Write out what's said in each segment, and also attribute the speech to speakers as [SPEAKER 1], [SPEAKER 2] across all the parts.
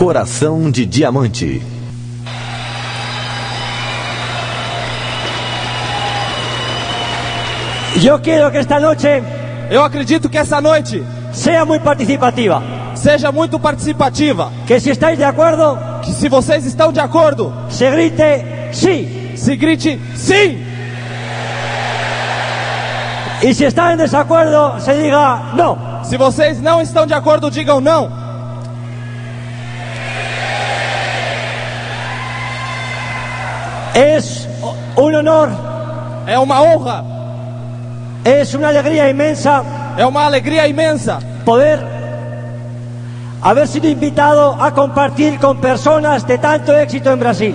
[SPEAKER 1] Coração de Diamante.
[SPEAKER 2] Yo quiero que esta noche
[SPEAKER 3] Eu acredito que essa noite
[SPEAKER 2] sea muy participativa.
[SPEAKER 3] seja muito participativa.
[SPEAKER 2] Que si estáis de acuerdo,
[SPEAKER 3] Que se vocês estão de acordo,
[SPEAKER 2] se grite sí.
[SPEAKER 3] se grite sim.
[SPEAKER 2] Y si estáis en desacuerdo, se diga no.
[SPEAKER 3] Se vocês não estão de acordo, digam não.
[SPEAKER 2] Es un honor,
[SPEAKER 3] É uma honra,
[SPEAKER 2] es una alegría inmensa
[SPEAKER 3] é uma alegria imensa
[SPEAKER 2] poder haber sido invitado a compartir con personas de tanto éxito en Brasil.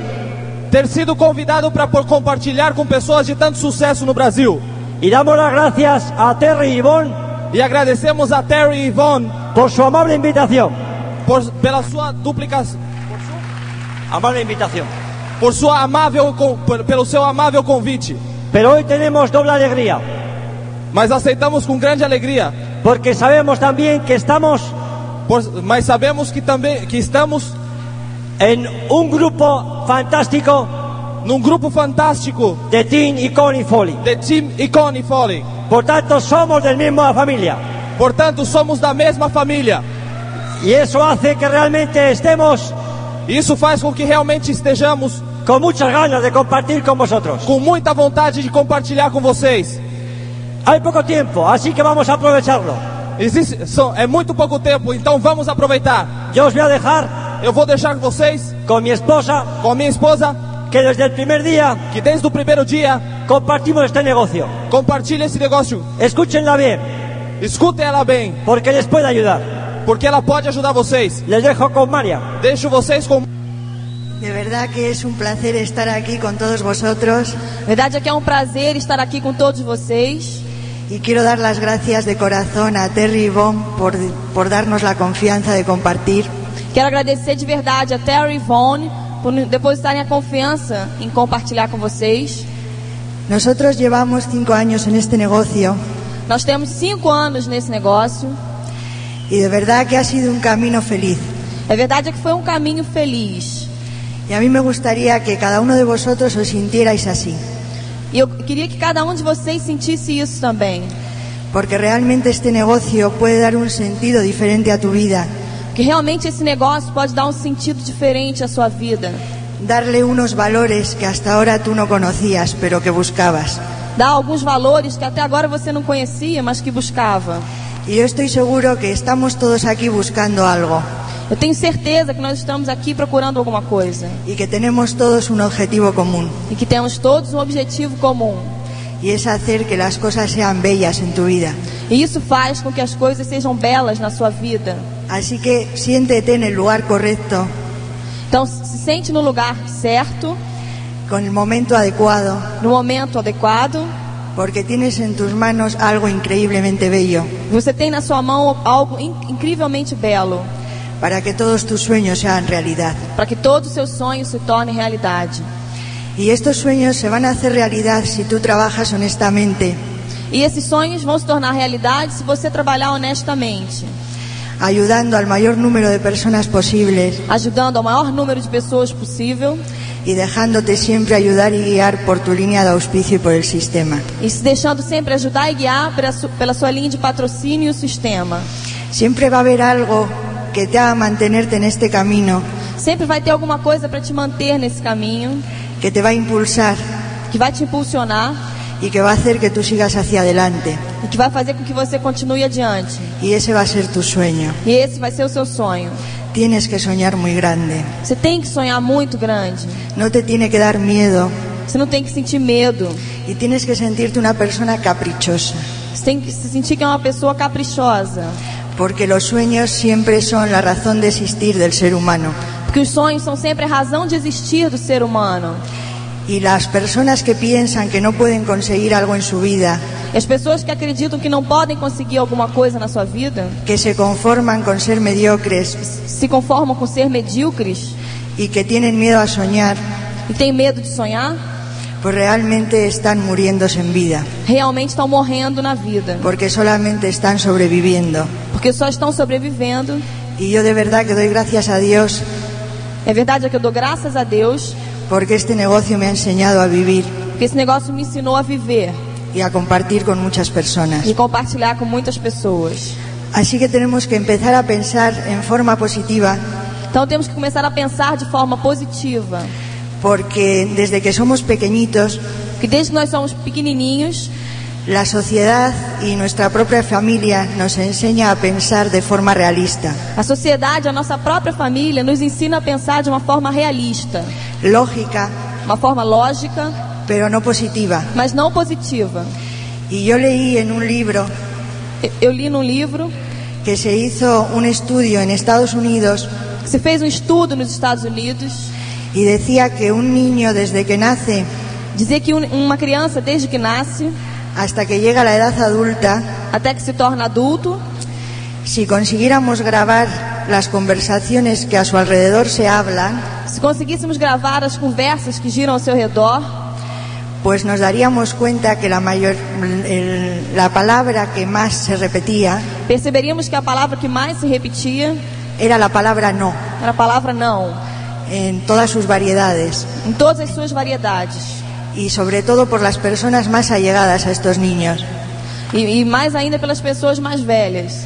[SPEAKER 3] ter sido convidado para compartilhar com pessoas de tanto sucesso no Brasil.
[SPEAKER 2] Y damos las gracias a Terry y Bon
[SPEAKER 3] E agradecemos a Terry Yvonne
[SPEAKER 2] por su amable invitación.
[SPEAKER 3] por, pela sua duplicação.
[SPEAKER 2] Amable invitación.
[SPEAKER 3] por sua amável con- por- pelo seu amável convite.
[SPEAKER 2] Pero hoy tenemos doble alegría.
[SPEAKER 3] Mas aceitamos com grande alegria,
[SPEAKER 2] Porque sabemos también que estamos
[SPEAKER 3] por- mas sabemos que também que estamos
[SPEAKER 2] en un grupo fantástico
[SPEAKER 3] num grupo fantástico
[SPEAKER 2] de Team y Connie Foley.
[SPEAKER 3] de Team Icone Foley.
[SPEAKER 2] Por tanto, somos del mismo familia.
[SPEAKER 3] Portanto, somos da mesma família.
[SPEAKER 2] Y eso hace que realmente estemos
[SPEAKER 3] Isso faz com que realmente estejamos
[SPEAKER 2] con muchas ganas de compartir con vosotros.
[SPEAKER 3] com muita vontade de compartilhar com vocês.
[SPEAKER 2] Hay poco tiempo, así que vamos a aprovecharlo.
[SPEAKER 3] Existe, são, é muito pouco tempo, então vamos aproveitar.
[SPEAKER 2] Yo os voy a dejar
[SPEAKER 3] Eu vou deixar vocês
[SPEAKER 2] con mi esposa,
[SPEAKER 3] com a minha esposa,
[SPEAKER 2] que desde el primer día
[SPEAKER 3] que desde o primeiro dia
[SPEAKER 2] compartimos este negocio.
[SPEAKER 3] compartilha esse negócio.
[SPEAKER 2] Escúchenla bien,
[SPEAKER 3] Escutem ela bem,
[SPEAKER 2] porque les puede ayudar.
[SPEAKER 3] porque ela pode ajudar vocês.
[SPEAKER 2] Les dejo con María.
[SPEAKER 3] Deixo vocês com
[SPEAKER 4] De verdad que es un placer estar aquí con todos vosotros
[SPEAKER 5] Verdade é que é um prazer estar aqui com todos vocês.
[SPEAKER 4] y quiero dar las gracias de corazón a Terry Bon por, por darnos la confianza de compartir.
[SPEAKER 5] Quero agradecer de verdade a Terry Vaughn por nos depositarem a confiança em compartilhar com vocês.
[SPEAKER 4] Nosotros llevamos cinco años en este negocio
[SPEAKER 5] Nós temos cinco anos nesse negócio.
[SPEAKER 4] y de verdad que ha sido un camino feliz.
[SPEAKER 5] É verdade é que foi um caminho feliz.
[SPEAKER 4] Y a mí me gustaría que cada uno de vosotros os sintierais así,
[SPEAKER 5] E eu queria que cada um de vocês sentisse isso também.
[SPEAKER 4] porque realmente este negocio puede dar un sentido diferente a tu vida,
[SPEAKER 5] Que realmente esse negócio pode dar um sentido diferente à sua vida.
[SPEAKER 4] darle unos valores que hasta ahora tú no conocías, pero que buscabas.
[SPEAKER 5] Dar alguns valores que até agora você não conhecia, mas que buscava.
[SPEAKER 4] Y yo estoy seguro que estamos todos aquí buscando algo.
[SPEAKER 5] Eu tenho certeza que nós estamos aqui procurando alguma coisa.
[SPEAKER 4] y que tenemos todos un objetivo común
[SPEAKER 5] E que temos todos um objetivo comum.
[SPEAKER 4] y es hacer que las cosas sean bellas en tu vida.
[SPEAKER 5] E isso faz com que as coisas sejam belas na sua vida.
[SPEAKER 4] Así que siéntete en el lugar correcto,
[SPEAKER 5] Então se sente no lugar certo,
[SPEAKER 4] con el momento adecuado,
[SPEAKER 5] no momento adequado.
[SPEAKER 4] porque tienes en tus manos algo increíblemente bello
[SPEAKER 5] Você tem na sua mão algo in- incrivelmente belo
[SPEAKER 4] para que todos tus sueños sean realidad.
[SPEAKER 5] para que todos os seus sonhos se tornem realidade.
[SPEAKER 4] Y estos sueños se van a hacer realidad si tú trabajas honestamente,
[SPEAKER 5] E esses sonhos vão se tornar realidade se você trabalhar honestamente,
[SPEAKER 4] ayudando al mayor número de personas posibles
[SPEAKER 5] ajudando ao maior número de pessoas possível
[SPEAKER 4] y dejándote siempre ayudar y guiar por tu línea de auspicio y por el sistema.
[SPEAKER 5] e se deixando sempre ajudar e guiar pela, su- pela sua linha de patrocínio e o sistema.
[SPEAKER 4] Siempre va a haber algo que te haga mantenerte en este camino
[SPEAKER 5] Sempre vai ter alguma coisa para te manter nesse caminho,
[SPEAKER 4] que te va a impulsar
[SPEAKER 5] que vai te impulsionar
[SPEAKER 4] y que va a hacer que tú sigas hacia adelante.
[SPEAKER 5] e que vai fazer com que você continue adiante.
[SPEAKER 4] Y ese va a ser tu sueño.
[SPEAKER 5] E esse vai ser o seu sonho.
[SPEAKER 4] Tienes que soñar muy grande.
[SPEAKER 5] Você tem que sonhar muito grande.
[SPEAKER 4] No te tiene que dar miedo
[SPEAKER 5] Você não tem que sentir medo.
[SPEAKER 4] y tienes que sentirte una persona caprichosa,
[SPEAKER 5] Você tem que se sentir que é uma pessoa caprichosa.
[SPEAKER 4] porque los sueños siempre son la razón de existir del ser humano.
[SPEAKER 5] Porque os sonhos são sempre a razão de existir do ser humano.
[SPEAKER 4] Y las personas que piensan que no pueden conseguir algo en su vida,
[SPEAKER 5] E as pessoas que acreditam que não podem conseguir alguma coisa na sua vida
[SPEAKER 4] que se conforman con ser mediocres
[SPEAKER 5] se conformam com ser medíocres
[SPEAKER 4] y que tienen miedo a soñar,
[SPEAKER 5] e têm medo de sonhar,
[SPEAKER 4] pues realmente están muriéndose en vida,
[SPEAKER 5] realmente estão morrendo na vida.
[SPEAKER 4] porque solamente están sobreviviendo.
[SPEAKER 5] Porque só estão sobrevivendo
[SPEAKER 4] Y yo de verdad que doy gracias a Dios
[SPEAKER 5] É verdade é que eu dou graças a Deus,
[SPEAKER 4] porque este negocio me ha enseñado a vivir
[SPEAKER 5] porque esse negócio me ensinou a viver
[SPEAKER 4] y a compartir con muchas personas.
[SPEAKER 5] e compartilhar com muitas pessoas.
[SPEAKER 4] Así que tenemos que empezar a pensar en forma positiva
[SPEAKER 5] Então temos que começar a pensar de forma positiva,
[SPEAKER 4] porque desde que somos pequeñitos
[SPEAKER 5] porque desde que nós somos pequenininhos,
[SPEAKER 4] la sociedad y nuestra propia familia nos enseña a pensar de forma realista,
[SPEAKER 5] a sociedade, a nossa própria família nos ensina a pensar de uma forma realista,
[SPEAKER 4] lógica,
[SPEAKER 5] uma forma lógica,
[SPEAKER 4] pero no positiva.
[SPEAKER 5] mas não positiva.
[SPEAKER 4] Y yo leí en un libro
[SPEAKER 5] Eu- Eu li num livro
[SPEAKER 4] que se hizo un estudio en Estados Unidos
[SPEAKER 5] que se fez um estudo nos Estados Unidos,
[SPEAKER 4] y decía que un niño desde que nace
[SPEAKER 5] dizia que um- uma criança desde que nasce
[SPEAKER 4] hasta que llega a la edad adulta,
[SPEAKER 5] até que se torna adulto,
[SPEAKER 4] si consiguiéramos grabar las conversaciones que a su alrededor se hablan,
[SPEAKER 5] se conseguíssemos gravar as conversas que giram ao seu redor,
[SPEAKER 4] pues nos daríamos cuenta que la mayor el- la palabra que más se repetía
[SPEAKER 5] perceberíamos que a palavra que mais se repetia
[SPEAKER 4] era la palabra no
[SPEAKER 5] era a palavra não,
[SPEAKER 4] en todas sus variedades
[SPEAKER 5] em todas as suas variedades.
[SPEAKER 4] y sobre todo por las personas más allegadas a estos niños
[SPEAKER 5] E, e mais ainda pelas pessoas mais velhas.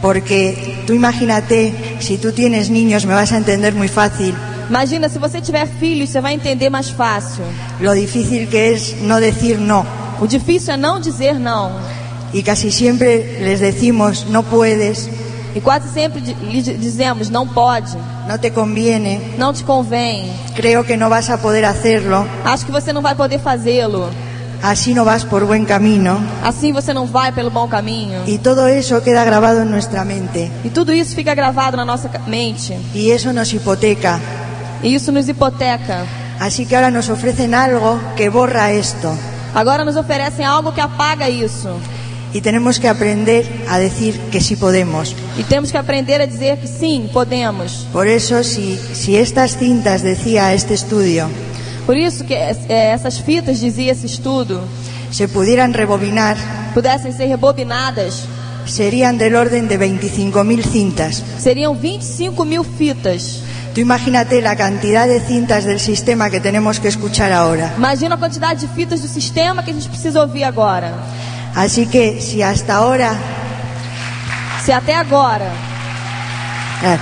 [SPEAKER 4] porque tú imagínate si tú tienes niños me vas a entender muy fácil
[SPEAKER 5] Imagina, se você tiver filhos, você vai entender mais fácil.
[SPEAKER 4] lo difícil que es no decir no
[SPEAKER 5] O difícil é não dizer não.
[SPEAKER 4] y casi siempre les decimos no puedes
[SPEAKER 5] E quase sempre di- lhe di- dizemos não pode,
[SPEAKER 4] no te conviene
[SPEAKER 5] não te convém,
[SPEAKER 4] creo que no vas a poder hacerlo
[SPEAKER 5] acho que você não vai poder fazê-lo,
[SPEAKER 4] así no vas por buen camino
[SPEAKER 5] assim você não vai pelo bom caminho.
[SPEAKER 4] y todo eso queda grabado en nuestra mente
[SPEAKER 5] E tudo isso fica gravado na nossa ca- mente.
[SPEAKER 4] y eso nos hipoteca.
[SPEAKER 5] E isso nos hipoteca.
[SPEAKER 4] Así que ahora nos ofrecen algo que borra esto
[SPEAKER 5] Agora nos oferecem algo que apaga isso.
[SPEAKER 4] y tenemos que aprender a decir que sí podemos.
[SPEAKER 5] E temos que aprender a dizer que sim, podemos.
[SPEAKER 4] Por eso, si, si estas cintas decía este estudio,
[SPEAKER 5] Por isso que eh, essas fitas, dizia esse estudo,
[SPEAKER 4] se pudieran rebobinar,
[SPEAKER 5] pudessem ser rebobinadas,
[SPEAKER 4] serían del orden de 25.000 cintas.
[SPEAKER 5] seriam 25 mil fitas.
[SPEAKER 4] Tú imagínate la cantidad de cintas del sistema que tenemos que escuchar ahora.
[SPEAKER 5] Imagina a quantidade de fitas do sistema que a gente precisa ouvir agora.
[SPEAKER 4] Así que si hasta ahora,
[SPEAKER 5] Se até agora,
[SPEAKER 4] eh,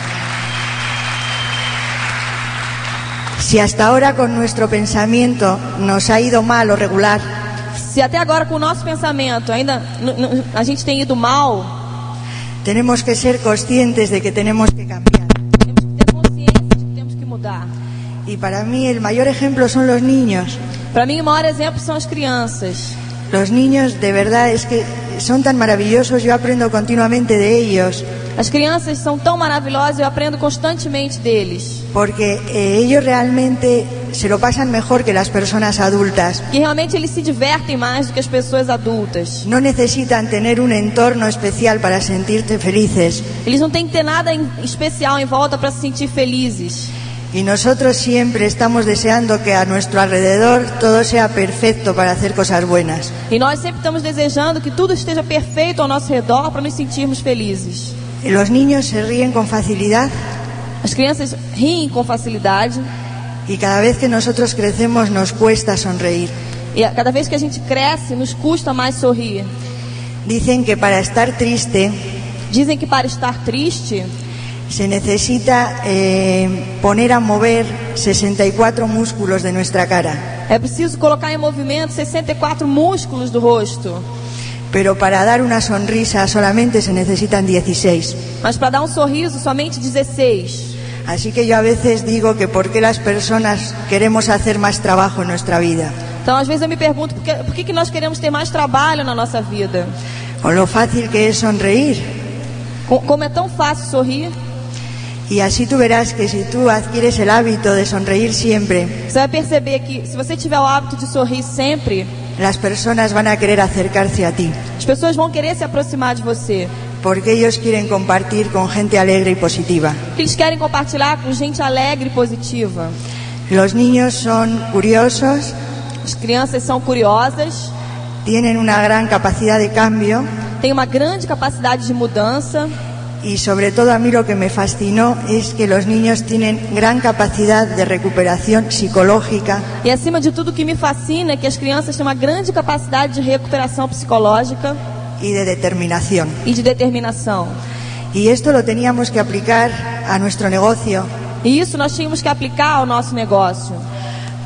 [SPEAKER 4] si hasta ahora con nuestro pensamiento nos ha ido mal o regular,
[SPEAKER 5] se até agora com o nosso pensamento ainda n- n- a gente tem ido mal,
[SPEAKER 4] Tenemos que ser conscientes de que tenemos que cambiar.
[SPEAKER 5] temos que ter consciência de que temos que mudar.
[SPEAKER 4] Y para mí el mayor ejemplo son los niños.
[SPEAKER 5] Para mim, o maior exemplo são as crianças.
[SPEAKER 4] Los niños de verdad es que son tan maravillosos, yo aprendo continuamente de ellos,
[SPEAKER 5] As crianças são tão maravilhosas, eu aprendo constantemente deles.
[SPEAKER 4] porque eh, ellos realmente se lo pasan mejor que las personas adultas.
[SPEAKER 5] Que realmente eles se divertem mais do que as pessoas adultas.
[SPEAKER 4] No necesitan tener un entorno especial para sentirte felices.
[SPEAKER 5] Eles não têm que ter nada em- especial em volta para se sentir felizes.
[SPEAKER 4] Y nosotros siempre estamos deseando que a nuestro alrededor todo sea perfecto para hacer cosas buenas.
[SPEAKER 5] E nós sempre estamos desejando que tudo esteja perfeito ao nosso redor para nos sentirmos felizes.
[SPEAKER 4] Los niños se ríen con facilidad
[SPEAKER 5] As crianças riem com facilidade
[SPEAKER 4] Y cada vez que nosotros crecemos nos cuesta sonreír.
[SPEAKER 5] e a cada vez que a gente cresce, nos custa mais sorrir.
[SPEAKER 4] Dicen que para estar triste
[SPEAKER 5] Dizem que para estar triste
[SPEAKER 4] se necesita eh, poner a mover 64 músculos de nuestra cara.
[SPEAKER 5] é preciso colocar em movimento 64 músculos do rosto.
[SPEAKER 4] Pero para dar una sonrisa solamente se necesitan 16.
[SPEAKER 5] Mas para dar um sorriso, somente 16.
[SPEAKER 4] Así que yo a veces digo que por qué las personas queremos hacer más trabajo en nuestra vida.
[SPEAKER 5] Então, às vezes eu me pergunto por que, por que, que nós queremos ter mais trabalho na nossa vida?
[SPEAKER 4] Con lo fácil que es sonreír.
[SPEAKER 5] Co- Como é tão fácil sorrir,
[SPEAKER 4] Y así tú verás que si tú adquieres el hábito de sonreír siempre,
[SPEAKER 5] você vai perceber que se você tiver o hábito de sorrir sempre,
[SPEAKER 4] las personas van a querer acercarse a ti.
[SPEAKER 5] as pessoas vão querer se aproximar de você.
[SPEAKER 4] porque ellos quieren compartir con gente alegre y positiva.
[SPEAKER 5] Porque eles querem compartilhar com gente alegre e positiva.
[SPEAKER 4] Los niños son curiosos,
[SPEAKER 5] As crianças são curiosas,
[SPEAKER 4] tienen una gran capacidad de cambio
[SPEAKER 5] têm uma grande capacidade de mudança
[SPEAKER 4] Y sobre todo a mí lo que me fascinó es que los niños tienen gran capacidad de recuperación psicológica
[SPEAKER 5] E acima de tudo, o que me fascina é que as crianças têm uma grande capacidade de recuperação psicológica
[SPEAKER 4] y de determinación.
[SPEAKER 5] e de determinação.
[SPEAKER 4] Y esto lo teníamos que aplicar a nuestro negocio,
[SPEAKER 5] E isso nós tínhamos que aplicar ao nosso negócio.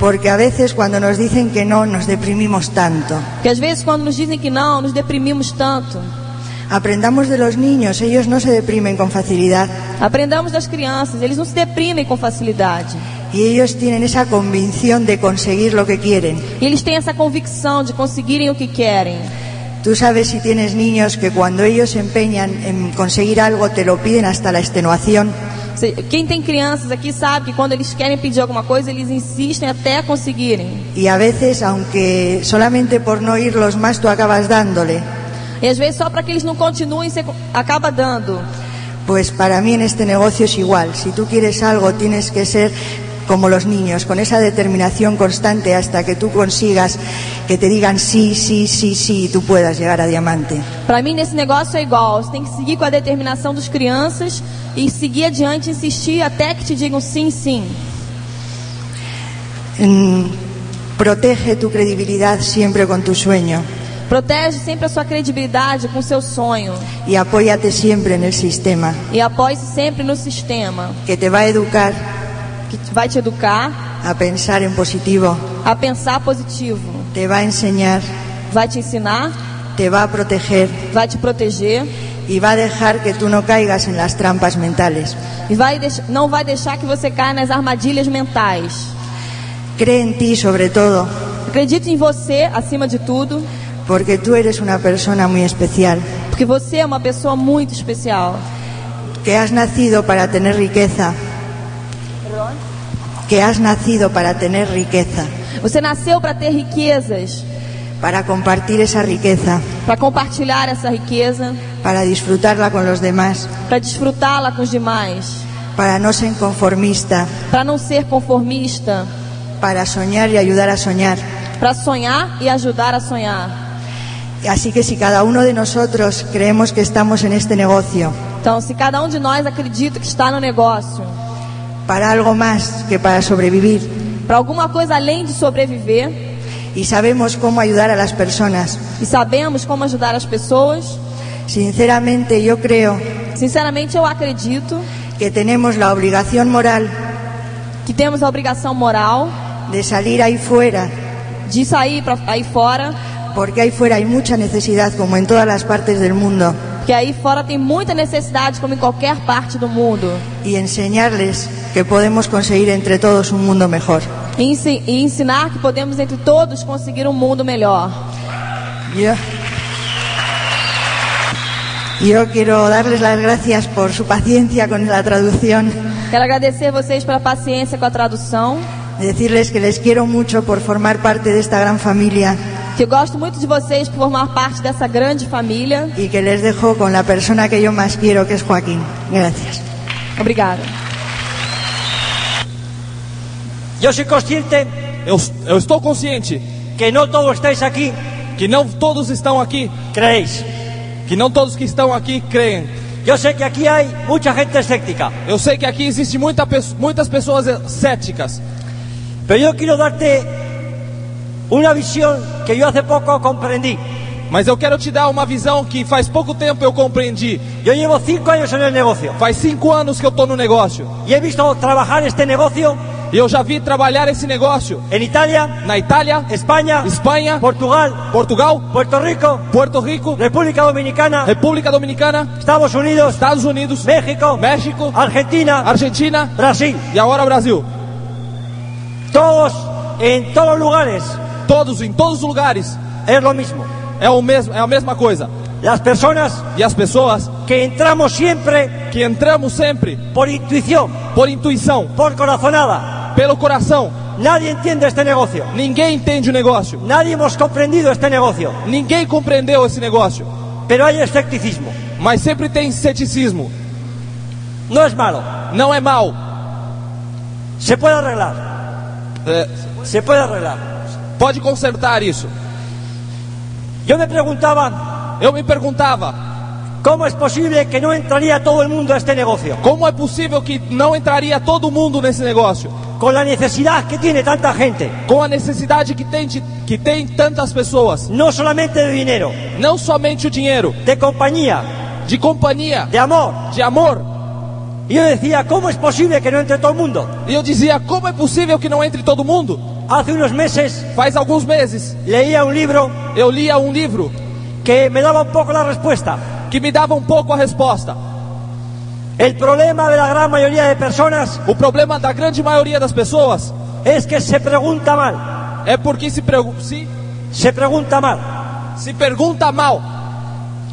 [SPEAKER 4] porque a veces cuando nos dicen que no nos deprimimos tanto.
[SPEAKER 5] Porque às vezes, quando nos dizem que não, nos deprimimos tanto.
[SPEAKER 4] Aprendamos de los niños, ellos no se deprimen con facilidad
[SPEAKER 5] Aprendamos das crianças, eles não se deprimem com facilidade.
[SPEAKER 4] y ellos tienen esa convicción de conseguir lo que quieren.
[SPEAKER 5] E eles têm essa convicção de conseguirem o que querem.
[SPEAKER 4] Tú sabes si tienes niños que cuando ellos se empeñan en conseguir algo te lo piden hasta la extenuación.
[SPEAKER 5] Se- Quem tem crianças aqui sabe que quando eles querem pedir alguma coisa, eles insistem até conseguirem.
[SPEAKER 4] Y a veces, aunque solamente por no irlos más, tú acabas dándole.
[SPEAKER 5] E às vezes, só para que eles não continuem, você acaba dando.
[SPEAKER 4] Pues para mí en este negocio es igual. Si tú quieres algo, tienes que ser como los niños, con esa determinación constante hasta que tú consigas que te digan sí, sí, sí, sí, y tú puedas llegar a diamante.
[SPEAKER 5] Para mim, nesse negócio é igual. Você tem que seguir com a determinação dos crianças e seguir adiante, insistir até que te digam sim, sim.
[SPEAKER 4] Mm, protege tu credibilidad siempre con tu sueño
[SPEAKER 5] Protege sempre a sua credibilidade com seu sonho
[SPEAKER 4] y apóyate siempre en el sistema
[SPEAKER 5] e apoie-se sempre no sistema
[SPEAKER 4] que te va a educar
[SPEAKER 5] que te- vai te educar
[SPEAKER 4] a pensar en positivo,
[SPEAKER 5] a pensar positivo,
[SPEAKER 4] te va a enseñar,
[SPEAKER 5] vai te ensinar,
[SPEAKER 4] te va a proteger
[SPEAKER 5] vai te proteger
[SPEAKER 4] y va a dejar que tú no caigas en las trampas mentales.
[SPEAKER 5] e vai deix- não vai deixar que você caia nas armadilhas mentais.
[SPEAKER 4] Cree en ti sobre todo,
[SPEAKER 5] Acredite em você acima de tudo,
[SPEAKER 4] porque tú eres una persona muy especial,
[SPEAKER 5] porque você é uma pessoa muito especial.
[SPEAKER 4] que has nacido para tener riqueza, que has nacido para tener riqueza,
[SPEAKER 5] Você nasceu para ter riquezas,
[SPEAKER 4] para compartir esa riqueza,
[SPEAKER 5] para compartilhar essa riqueza,
[SPEAKER 4] para disfrutarla con los demás,
[SPEAKER 5] para desfrutá-la com os demais,
[SPEAKER 4] para no ser conformista,
[SPEAKER 5] para não ser conformista,
[SPEAKER 4] para soñar y ayudar a soñar.
[SPEAKER 5] para sonhar e ajudar a sonhar.
[SPEAKER 4] Así que si cada uno de nosotros creemos que estamos en este negocio
[SPEAKER 5] Então, se cada um de nós acredita que está no negócio
[SPEAKER 4] para algo más que para sobrevivir
[SPEAKER 5] para alguma coisa além de sobreviver
[SPEAKER 4] y sabemos cómo ayudar a las personas,
[SPEAKER 5] e sabemos como ajudar as pessoas,
[SPEAKER 4] sinceramente yo creo
[SPEAKER 5] sinceramente eu acredito
[SPEAKER 4] que tenemos la obligación moral
[SPEAKER 5] que temos a obrigação moral
[SPEAKER 4] de salir ahí fuera,
[SPEAKER 5] de sair pra, aí fora,
[SPEAKER 4] porque ahí fuera hay mucha necesidad, como en todas las partes del mundo,
[SPEAKER 5] porque aí fora tem muita necessidade, como em qualquer parte do mundo,
[SPEAKER 4] y enseñarles que podemos conseguir entre todos un mundo mejor.
[SPEAKER 5] e, ensi- e ensinar que podemos entre todos conseguir um mundo melhor.
[SPEAKER 4] Yo, yo quiero darles las gracias por su paciencia con la traducción,
[SPEAKER 5] Quero agradecer vocês pela paciência com a tradução,
[SPEAKER 4] decirles que les quiero mucho por formar parte de esta gran familia
[SPEAKER 5] que eu gosto muito de vocês por formar parte dessa grande família.
[SPEAKER 4] y que les dejo con la persona que yo más quiero, que es Joaquín. Gracias.
[SPEAKER 5] Obrigada.
[SPEAKER 2] Yo soy consciente
[SPEAKER 3] Eu, eu estou consciente
[SPEAKER 2] que no todos estáis aquí,
[SPEAKER 3] que não todos estão aqui,
[SPEAKER 2] creéis.
[SPEAKER 3] que não todos que estão aqui creem.
[SPEAKER 2] Yo sé que aquí hay mucha gente escéptica,
[SPEAKER 3] Eu sei que aqui existe muita, pe- muitas pessoas céticas,
[SPEAKER 2] pero yo quiero darte una visión que yo hace poco comprendí.
[SPEAKER 3] mas eu quero te dar uma visão que faz pouco tempo eu compreendi.
[SPEAKER 2] Yo llevo cinco años en el negocio
[SPEAKER 3] Faz cinco anos que eu tô no negócio
[SPEAKER 2] y he visto trabajar este negocio
[SPEAKER 3] e eu já vi trabalhar esse negócio
[SPEAKER 2] en Italia,
[SPEAKER 3] na Itália,
[SPEAKER 2] España,
[SPEAKER 3] Espanha,
[SPEAKER 2] Portugal,
[SPEAKER 3] Portugal,
[SPEAKER 2] Puerto Rico,
[SPEAKER 3] Porto Rico,
[SPEAKER 2] República Dominicana,
[SPEAKER 3] República Dominicana,
[SPEAKER 2] Estados Unidos,
[SPEAKER 3] Estados Unidos,
[SPEAKER 2] México,
[SPEAKER 3] México,
[SPEAKER 2] Argentina,
[SPEAKER 3] Argentina
[SPEAKER 2] Brasil.
[SPEAKER 3] e agora Brasil.
[SPEAKER 2] Todos en todos los lugares
[SPEAKER 3] Todos em todos os lugares
[SPEAKER 2] es lo mismo.
[SPEAKER 3] é o mesmo, é a mesma coisa.
[SPEAKER 2] Las personas
[SPEAKER 3] E as pessoas
[SPEAKER 2] que entramos siempre
[SPEAKER 3] que entramos sempre
[SPEAKER 2] por intuición,
[SPEAKER 3] por intuição,
[SPEAKER 2] por corazonada.
[SPEAKER 3] pelo coração,
[SPEAKER 2] Nadie entiende este negocio.
[SPEAKER 3] ninguém entende o negócio.
[SPEAKER 2] Nadie hemos comprendido este negocio,
[SPEAKER 3] Ninguém compreendeu esse negócio,
[SPEAKER 2] pero hay escepticismo.
[SPEAKER 3] mas sempre tem ceticismo.
[SPEAKER 2] No es malo,
[SPEAKER 3] Não é mal,
[SPEAKER 2] se puede arreglar,
[SPEAKER 3] é,
[SPEAKER 2] se puede arreglar.
[SPEAKER 3] pode consertar isso.
[SPEAKER 2] Yo me preguntaba
[SPEAKER 3] Eu me perguntava
[SPEAKER 2] ¿Cómo es posible que no entraría todo el mundo a este negocio?
[SPEAKER 3] Como é possível que não entraria todo mundo nesse negócio?
[SPEAKER 2] Con la necesidad que tiene tanta gente,
[SPEAKER 3] Com a necessidade que tem, de, que tem tantas pessoas,
[SPEAKER 2] no solamente de dinero,
[SPEAKER 3] não somente o dinheiro,
[SPEAKER 2] de compañía,
[SPEAKER 3] de companhia,
[SPEAKER 2] de amor.
[SPEAKER 3] de amor.
[SPEAKER 2] Y yo decía, ¿cómo es posible que no entre todo el mundo?
[SPEAKER 3] E eu dizia, como é possível que não entre todo mundo?
[SPEAKER 2] Hace unos meses
[SPEAKER 3] Faz alguns meses,
[SPEAKER 2] leía un libro
[SPEAKER 3] eu lia um livro
[SPEAKER 2] que me daba un poco la respuesta.
[SPEAKER 3] que me dava um pouco a resposta.
[SPEAKER 2] El problema de la gran mayoría de personas
[SPEAKER 3] O problema da grande maioria das pessoas
[SPEAKER 2] es que se pregunta mal,
[SPEAKER 3] é porque se, pregu- se,
[SPEAKER 2] se pregunta mal.
[SPEAKER 3] se pergunta mal.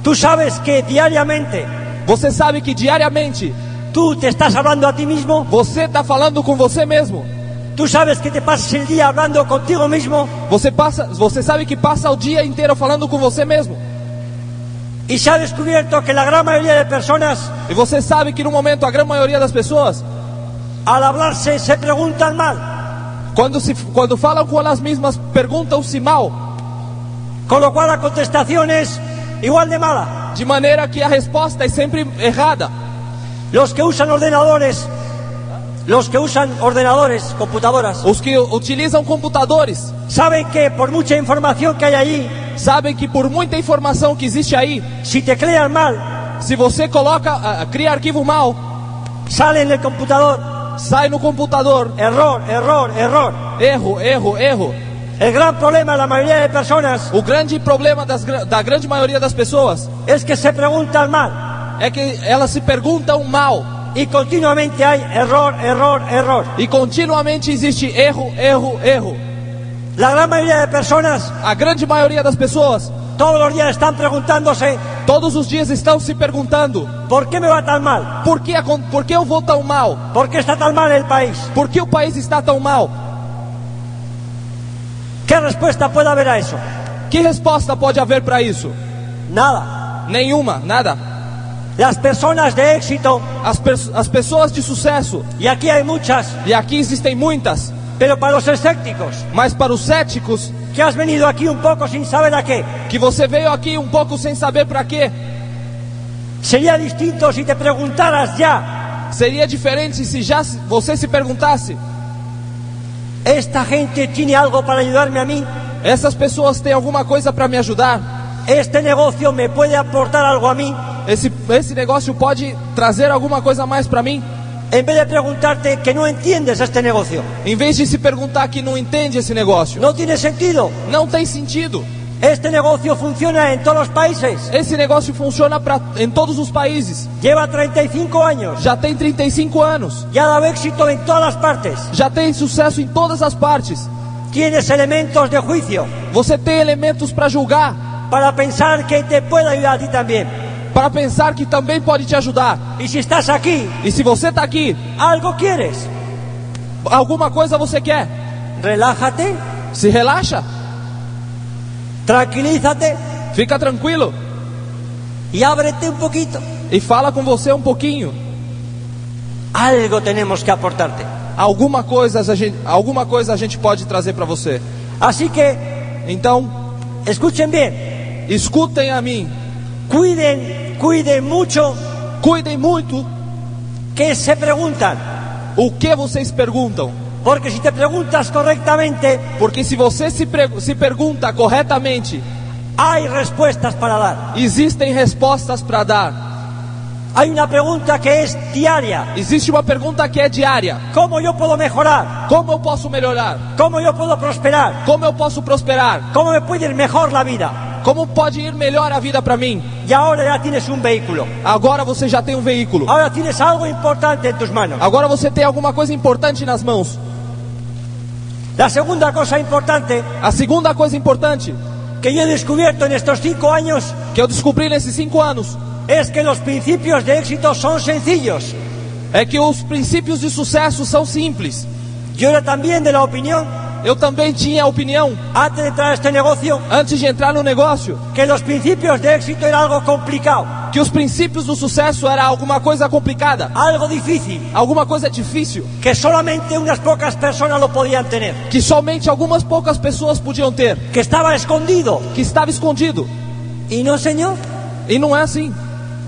[SPEAKER 2] Tú sabes que diariamente
[SPEAKER 3] Você sabe que diariamente
[SPEAKER 2] tú te estás hablando a ti mismo,
[SPEAKER 3] você está falando com você mesmo.
[SPEAKER 2] tú sabes que te pasas el día hablando contigo mismo
[SPEAKER 3] Você, passa, você sabe que passa o dia inteiro falando com você mesmo.
[SPEAKER 2] y se ha descubierto que la gran mayoría de personas
[SPEAKER 3] E você sabe que no momento a grande maioria das pessoas,
[SPEAKER 2] al hablarse se preguntan mal,
[SPEAKER 3] quando, se, quando falam com elas mesmas, perguntam-se mal,
[SPEAKER 2] con lo cual la contestación es igual de mala.
[SPEAKER 3] de maneira que a resposta é sempre errada.
[SPEAKER 2] Los que usan ordenadores, los que usan ordenadores, computadoras,
[SPEAKER 3] Os que utilizam computadores
[SPEAKER 2] saben que por mucha información que hay allí,
[SPEAKER 3] sabem que por muita informação que existe aí,
[SPEAKER 2] si teclean mal,
[SPEAKER 3] se você coloca, ah, cria arquivo mal,
[SPEAKER 2] sale en el computador
[SPEAKER 3] sai no computador,
[SPEAKER 2] error, error, error.
[SPEAKER 3] erro, erro, erro.
[SPEAKER 2] El gran problema de la mayoría de personas
[SPEAKER 3] O grande problema das, gra- da grande maioria das pessoas
[SPEAKER 2] es que se preguntan mal
[SPEAKER 3] é que elas se perguntam mal
[SPEAKER 2] y continuamente hay error, error, error.
[SPEAKER 3] e continuamente existe erro, erro, erro.
[SPEAKER 2] La gran mayoría de personas
[SPEAKER 3] A grande maioria das pessoas
[SPEAKER 2] todos los días están preguntándose
[SPEAKER 3] todos os dias estão se perguntando
[SPEAKER 2] ¿por qué me va tan mal?
[SPEAKER 3] por que, acon- por que eu vou tão mal?
[SPEAKER 2] ¿Por qué está tan mal el país?
[SPEAKER 3] Por que o país está tão mal?
[SPEAKER 2] ¿Qué respuesta puede haber a eso?
[SPEAKER 3] Que resposta pode haver para isso?
[SPEAKER 2] Nada.
[SPEAKER 3] Nenhuma, nada.
[SPEAKER 2] Las personas de éxito,
[SPEAKER 3] As, pers- as pessoas de sucesso,
[SPEAKER 2] y aquí hay muchas,
[SPEAKER 3] e aqui existem muitas,
[SPEAKER 2] pero para los escépticos,
[SPEAKER 3] mas para os céticos,
[SPEAKER 2] que has venido aquí un poco sin saber a qué,
[SPEAKER 3] que você veio aqui um pouco sem saber para quê,
[SPEAKER 2] sería distinto si te preguntaras ya,
[SPEAKER 3] seria diferente se já se- você se perguntasse:
[SPEAKER 2] ¿esta gente tiene algo para ayudarme a mí?
[SPEAKER 3] essas pessoas têm alguma coisa para me ajudar?
[SPEAKER 2] ¿Este negocio me puede aportar algo a mim?
[SPEAKER 3] Esse, esse negócio pode trazer alguma coisa a mais para mim?
[SPEAKER 2] En vez de preguntarte que no entiendes este negocio,
[SPEAKER 3] Em vez de se perguntar que não entende esse negócio,
[SPEAKER 2] no tiene sentido.
[SPEAKER 3] não tem sentido.
[SPEAKER 2] Este negocio funciona en todos los países.
[SPEAKER 3] Esse negócio funciona pra, em todos os países.
[SPEAKER 2] Lleva 35 años
[SPEAKER 3] Já tem 35 anos.
[SPEAKER 2] y ha dado éxito en todas las partes.
[SPEAKER 3] Já tem sucesso em todas as partes.
[SPEAKER 2] Tienes elementos de juicio
[SPEAKER 3] Você tem elementos para julgar,
[SPEAKER 2] para pensar que te puede ayudar a ti también.
[SPEAKER 3] para pensar que também pode te ajudar.
[SPEAKER 2] Y si estás aquí,
[SPEAKER 3] E se você tá aqui,
[SPEAKER 2] algo quieres.
[SPEAKER 3] alguma coisa você quer?
[SPEAKER 2] Relájate,
[SPEAKER 3] Se relaxa,
[SPEAKER 2] tranquilízate
[SPEAKER 3] fica tranquilo
[SPEAKER 2] y ábrete un poquito.
[SPEAKER 3] e fala com você um pouquinho.
[SPEAKER 2] Algo tenemos que aportarte.
[SPEAKER 3] Alguma coisa a gente, alguma coisa a gente pode trazer para você.
[SPEAKER 2] Así que
[SPEAKER 3] Então,
[SPEAKER 2] escuchen bien,
[SPEAKER 3] escutem a mim.
[SPEAKER 2] cuiden, cuiden mucho
[SPEAKER 3] Cuidem muito
[SPEAKER 2] que se preguntan.
[SPEAKER 3] o que vocês perguntam,
[SPEAKER 2] Porque si te preguntas correctamente,
[SPEAKER 3] porque se você se, pre- se pergunta corretamente,
[SPEAKER 2] hay respuestas para dar.
[SPEAKER 3] existem respostas para dar.
[SPEAKER 2] Hay una pregunta que es diaria.
[SPEAKER 3] Existe uma pergunta que é diária:
[SPEAKER 2] ¿Cómo yo puedo mejorar?
[SPEAKER 3] como eu posso melhorar?
[SPEAKER 2] ¿Cómo yo puedo prosperar?
[SPEAKER 3] Como eu posso prosperar?
[SPEAKER 2] ¿Cómo me puede ir mejor la vida?
[SPEAKER 3] Como pode ir melhor a vida para mim?
[SPEAKER 2] Y ahora ya tienes un vehículo.
[SPEAKER 3] Agora você já tem um veículo.
[SPEAKER 2] Ahora tienes algo importante en tus manos.
[SPEAKER 3] Agora você tem alguma coisa importante nas mãos.
[SPEAKER 2] La segunda cosa importante
[SPEAKER 3] A segunda coisa importante
[SPEAKER 2] que yo he descubierto en estos cinco años
[SPEAKER 3] que eu descobri nesses cinco anos
[SPEAKER 2] es que los principios de éxito son sencillos.
[SPEAKER 3] é que os princípios de sucesso são simples.
[SPEAKER 2] Yo era también de la opinión,
[SPEAKER 3] Eu também tinha a opinião,
[SPEAKER 2] antes de entrar a este negocio,
[SPEAKER 3] antes de entrar no negócio,
[SPEAKER 2] que los principios de éxito era algo complicado,
[SPEAKER 3] que os princípios do sucesso era alguma coisa complicada,
[SPEAKER 2] algo difícil,
[SPEAKER 3] alguma coisa difícil,
[SPEAKER 2] que solamente unas pocas personas lo podían tener,
[SPEAKER 3] que somente algumas poucas pessoas podiam ter,
[SPEAKER 2] que estaba escondido.
[SPEAKER 3] que estava escondido.
[SPEAKER 2] Y no, señor,
[SPEAKER 3] E não é assim.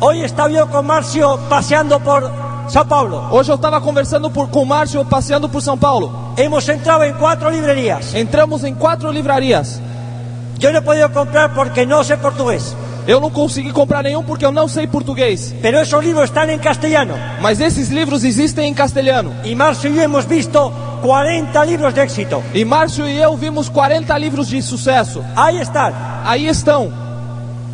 [SPEAKER 2] Hoy estaba yo con Marcio paseando por Sao Paulo.
[SPEAKER 3] Hoje eu estava conversando por- com o Márcio passeando por São Paulo.
[SPEAKER 2] Hemos entrado en cuatro librerías.
[SPEAKER 3] Entramos em quatro livrarias.
[SPEAKER 2] Yo no he podido comprar porque no sé portugués.
[SPEAKER 3] Eu não consegui comprar nenhum porque eu não sei português.
[SPEAKER 2] Pero esos libros están en castellano.
[SPEAKER 3] Mas esses livros existem em castelhano.
[SPEAKER 2] Y Marcio y yo hemos visto 40 libros de éxito.
[SPEAKER 3] E Márcio e eu vimos 40 livros de sucesso.
[SPEAKER 2] Ahí están.
[SPEAKER 3] Aí estão.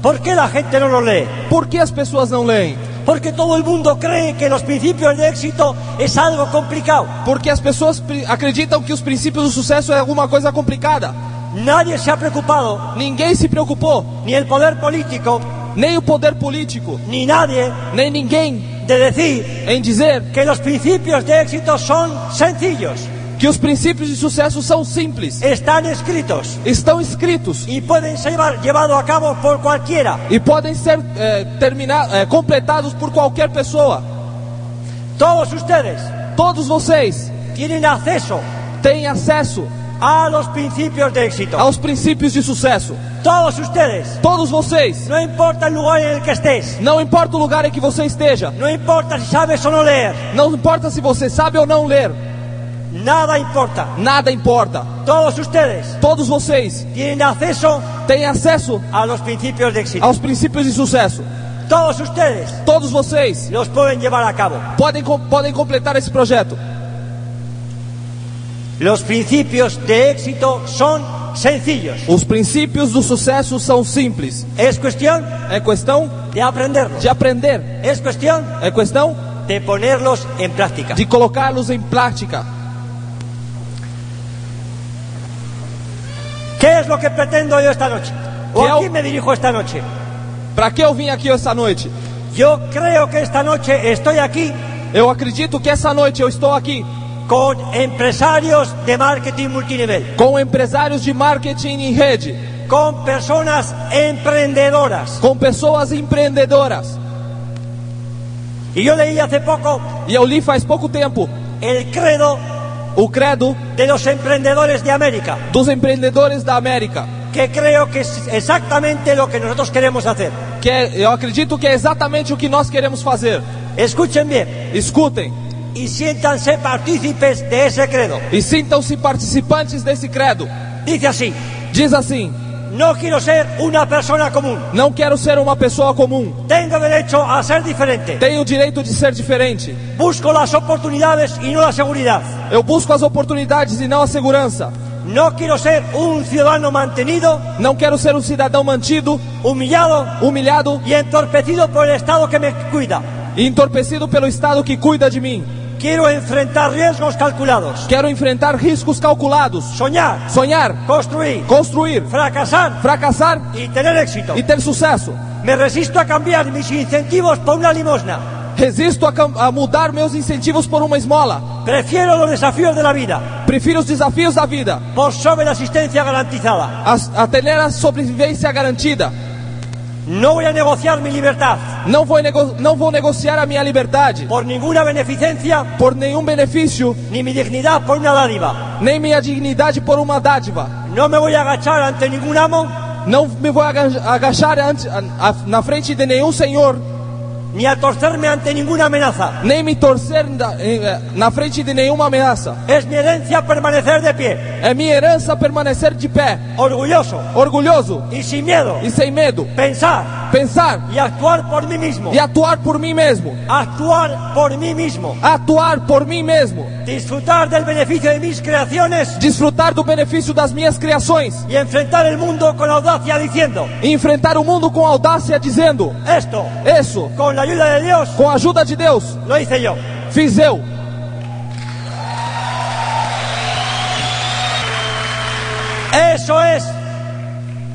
[SPEAKER 2] ¿Por qué la gente no los lee?
[SPEAKER 3] Por que as pessoas não leem?
[SPEAKER 2] Porque todo el mundo cree que los principios de éxito es algo complicado.
[SPEAKER 3] Porque as pessoas pri- acreditam que os princípios do sucesso é alguma coisa complicada.
[SPEAKER 2] Nadie se ha preocupado,
[SPEAKER 3] Ninguém se preocupou,
[SPEAKER 2] ni el poder político,
[SPEAKER 3] nem o poder político,
[SPEAKER 2] ni nadie,
[SPEAKER 3] nem ninguém,
[SPEAKER 2] de decir
[SPEAKER 3] em dizer
[SPEAKER 2] que los principios de éxito son sencillos,
[SPEAKER 3] que os princípios de sucesso são simples,
[SPEAKER 2] están escritos
[SPEAKER 3] estão escritos
[SPEAKER 2] y pueden ser llevar- llevados a cabo por cualquiera.
[SPEAKER 3] e podem ser eh, termina- eh, completados por qualquer pessoa.
[SPEAKER 2] Todos ustedes
[SPEAKER 3] Todos vocês
[SPEAKER 2] tienen acceso
[SPEAKER 3] têm acesso
[SPEAKER 2] a los principios de éxito.
[SPEAKER 3] aos princípios de sucesso.
[SPEAKER 2] Todos ustedes,
[SPEAKER 3] Todos vocês,
[SPEAKER 2] no importa el lugar en el que estés,
[SPEAKER 3] não importa o lugar em que você esteja,
[SPEAKER 2] no importa si sabes o no leer,
[SPEAKER 3] não importa se você sabe ou não ler,
[SPEAKER 2] nada importa.
[SPEAKER 3] nada importa.
[SPEAKER 2] Todos ustedes
[SPEAKER 3] Todos vocês
[SPEAKER 2] tienen acceso
[SPEAKER 3] têm acesso
[SPEAKER 2] a los principios de éxito.
[SPEAKER 3] aos princípios de sucesso.
[SPEAKER 2] Todos ustedes
[SPEAKER 3] Todos vocês
[SPEAKER 2] los pueden llevar a cabo.
[SPEAKER 3] podem, co- podem completar esse projeto.
[SPEAKER 2] Los principios de éxito son sencillos.
[SPEAKER 3] Os princípios do sucesso são simples.
[SPEAKER 2] Es cuestión
[SPEAKER 3] É questão
[SPEAKER 2] de aprenderlos.
[SPEAKER 3] de aprender,
[SPEAKER 2] Es cuestión
[SPEAKER 3] é questão
[SPEAKER 2] de ponerlos en práctica.
[SPEAKER 3] de colocá-los em prática.
[SPEAKER 2] ¿Qué es lo que pretendo yo esta noche? ¿O
[SPEAKER 3] ¿Qué
[SPEAKER 2] a
[SPEAKER 3] hago?
[SPEAKER 2] quién me dirijo esta noche?
[SPEAKER 3] Para que eu vim aqui essa noite?
[SPEAKER 2] Yo creo que esta noche estoy aquí
[SPEAKER 3] Eu acredito que essa noite eu estou aqui
[SPEAKER 2] con empresarios de marketing multinivel,
[SPEAKER 3] com empresários de marketing em rede,
[SPEAKER 2] con personas emprendedoras.
[SPEAKER 3] com pessoas empreendedoras.
[SPEAKER 2] Y yo leí hace poco
[SPEAKER 3] E eu li faz pouco tempo
[SPEAKER 2] el credo
[SPEAKER 3] o credo
[SPEAKER 2] de los emprendedores de América,
[SPEAKER 3] dos empreendedores da América,
[SPEAKER 2] que creo que es exactamente lo que nosotros queremos hacer.
[SPEAKER 3] que é- eu acredito que é exatamente o que nós queremos fazer.
[SPEAKER 2] Escuchen bien
[SPEAKER 3] Escutem
[SPEAKER 2] y siéntanse partícipes de ese credo.
[SPEAKER 3] e sintam-se participantes desse credo.
[SPEAKER 2] Dice así,
[SPEAKER 3] Diz assim:
[SPEAKER 2] no quiero ser una persona común,
[SPEAKER 3] Não quero ser uma pessoa comum.
[SPEAKER 2] tengo derecho a ser diferente,
[SPEAKER 3] Tenho o direito de ser diferente.
[SPEAKER 2] busco las oportunidades y no la seguridad.
[SPEAKER 3] Eu busco as oportunidades e não a segurança.
[SPEAKER 2] No quiero ser un ciudadano mantenido,
[SPEAKER 3] Não quero ser um cidadão mantido,
[SPEAKER 2] humillado
[SPEAKER 3] humilhado
[SPEAKER 2] y entorpecido por el Estado que me cuida.
[SPEAKER 3] e entorpecido pelo Estado que cuida de mim.
[SPEAKER 2] Quiero enfrentar riesgos calculados,
[SPEAKER 3] Quero enfrentar riscos calculados,
[SPEAKER 2] soñar,
[SPEAKER 3] sonhar,
[SPEAKER 2] construir,
[SPEAKER 3] construir,
[SPEAKER 2] fracasar
[SPEAKER 3] fracassar
[SPEAKER 2] y tener éxito.
[SPEAKER 3] e ter sucesso.
[SPEAKER 2] Me resisto a cambiar mis incentivos por una limosna.
[SPEAKER 3] Resisto a, cam- a mudar meus incentivos por uma esmola.
[SPEAKER 2] Prefiero los desafíos de la vida
[SPEAKER 3] Prefiro os desafios da vida
[SPEAKER 2] por sobre la asistencia garantizada.
[SPEAKER 3] a, a ter a sobrevivência garantida.
[SPEAKER 2] No voy a negociar mi libertad
[SPEAKER 3] Não vou, nego- não vou negociar a minha liberdade
[SPEAKER 2] por ninguna beneficencia
[SPEAKER 3] por nenhum benefício,
[SPEAKER 2] ni mi dignidad por una dádiva.
[SPEAKER 3] nem minha dignidade por uma dádiva.
[SPEAKER 2] No me voy a agachar ante ningún amo
[SPEAKER 3] Não me vou aga- agachar ante, a- a- na frente de nenhum senhor,
[SPEAKER 2] ni a torcerme ante ninguna amenaza.
[SPEAKER 3] nem me torcer da- em- eh, na frente de nenhuma ameaça.
[SPEAKER 2] Es mi herencia permanecer de pie,
[SPEAKER 3] É minha herança permanecer de pé,
[SPEAKER 2] orgulloso
[SPEAKER 3] orgulhoso
[SPEAKER 2] y sin miedo,
[SPEAKER 3] e sem medo,
[SPEAKER 2] pensar
[SPEAKER 3] pensar
[SPEAKER 2] y actuar por mí mismo.
[SPEAKER 3] e atuar por mim mesmo,
[SPEAKER 2] Actuar por mí mismo,
[SPEAKER 3] atuar por mim mesmo,
[SPEAKER 2] disfrutar del beneficio de mis creaciones
[SPEAKER 3] desfrutar do benefício das minhas criações
[SPEAKER 2] y enfrentar el mundo con audacia diciendo
[SPEAKER 3] e enfrentar o mundo com audácia, dizendo:
[SPEAKER 2] esto
[SPEAKER 3] Isso,
[SPEAKER 2] con la ayuda de Dios
[SPEAKER 3] com a ajuda de Deus,
[SPEAKER 2] lo hice yo.
[SPEAKER 3] fiz eu.
[SPEAKER 2] Eso es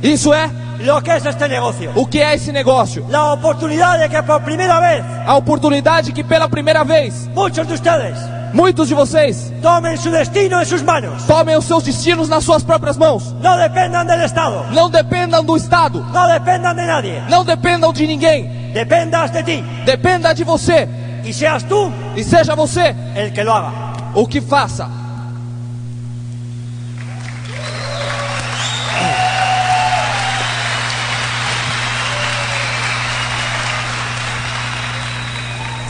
[SPEAKER 3] Isso é
[SPEAKER 2] lo que es este negocio.
[SPEAKER 3] o que é esse negócio.
[SPEAKER 2] La oportunidad de que por primera vez
[SPEAKER 3] A oportunidade que pela primeira vez
[SPEAKER 2] muchos de ustedes
[SPEAKER 3] muitos de vocês
[SPEAKER 2] tomen su destino en sus manos.
[SPEAKER 3] Tomem os seus destinos nas suas próprias mãos.
[SPEAKER 2] No dependan del Estado,
[SPEAKER 3] Não dependam do Estado.
[SPEAKER 2] no dependan de nadie.
[SPEAKER 3] Não dependam de ninguém.
[SPEAKER 2] Dependas de ti
[SPEAKER 3] Dependa de você.
[SPEAKER 2] y seas tú
[SPEAKER 3] E seja você
[SPEAKER 2] el que lo haga.
[SPEAKER 3] o que faça.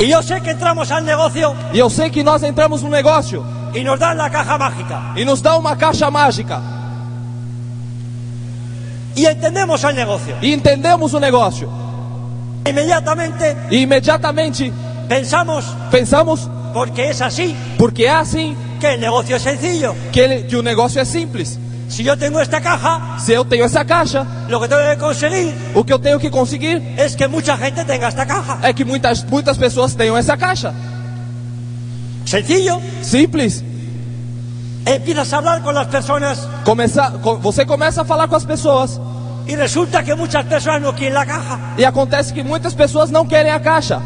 [SPEAKER 2] Y yo sé que entramos al negocio
[SPEAKER 3] E eu sei que nós entramos no negócio
[SPEAKER 2] y nos dan la caja mágica.
[SPEAKER 3] e nos dá uma caixa mágica
[SPEAKER 2] Y entendemos al negocio.
[SPEAKER 3] e entendemos o negócio.
[SPEAKER 2] Inmediatamente
[SPEAKER 3] E imediatamente
[SPEAKER 2] pensamos,
[SPEAKER 3] pensamos,
[SPEAKER 2] porque es así,
[SPEAKER 3] porque é assim
[SPEAKER 2] que el negocio es sencillo.
[SPEAKER 3] que, ele, que o negócio é simples.
[SPEAKER 2] Si yo tengo esta caja,
[SPEAKER 3] Se eu tenho essa caixa,
[SPEAKER 2] lo que tengo que conseguir
[SPEAKER 3] o que eu tenho que conseguir
[SPEAKER 2] es que mucha gente tenga esta caja.
[SPEAKER 3] é que muitas, muitas pessoas tenham essa caixa.
[SPEAKER 2] Sencillo.
[SPEAKER 3] Simples.
[SPEAKER 2] Empiezas a hablar con las personas
[SPEAKER 3] Começa, co- você começa a falar com as pessoas
[SPEAKER 2] y resulta que muchas personas no quieren la caja.
[SPEAKER 3] e acontece que muitas pessoas não querem a caixa.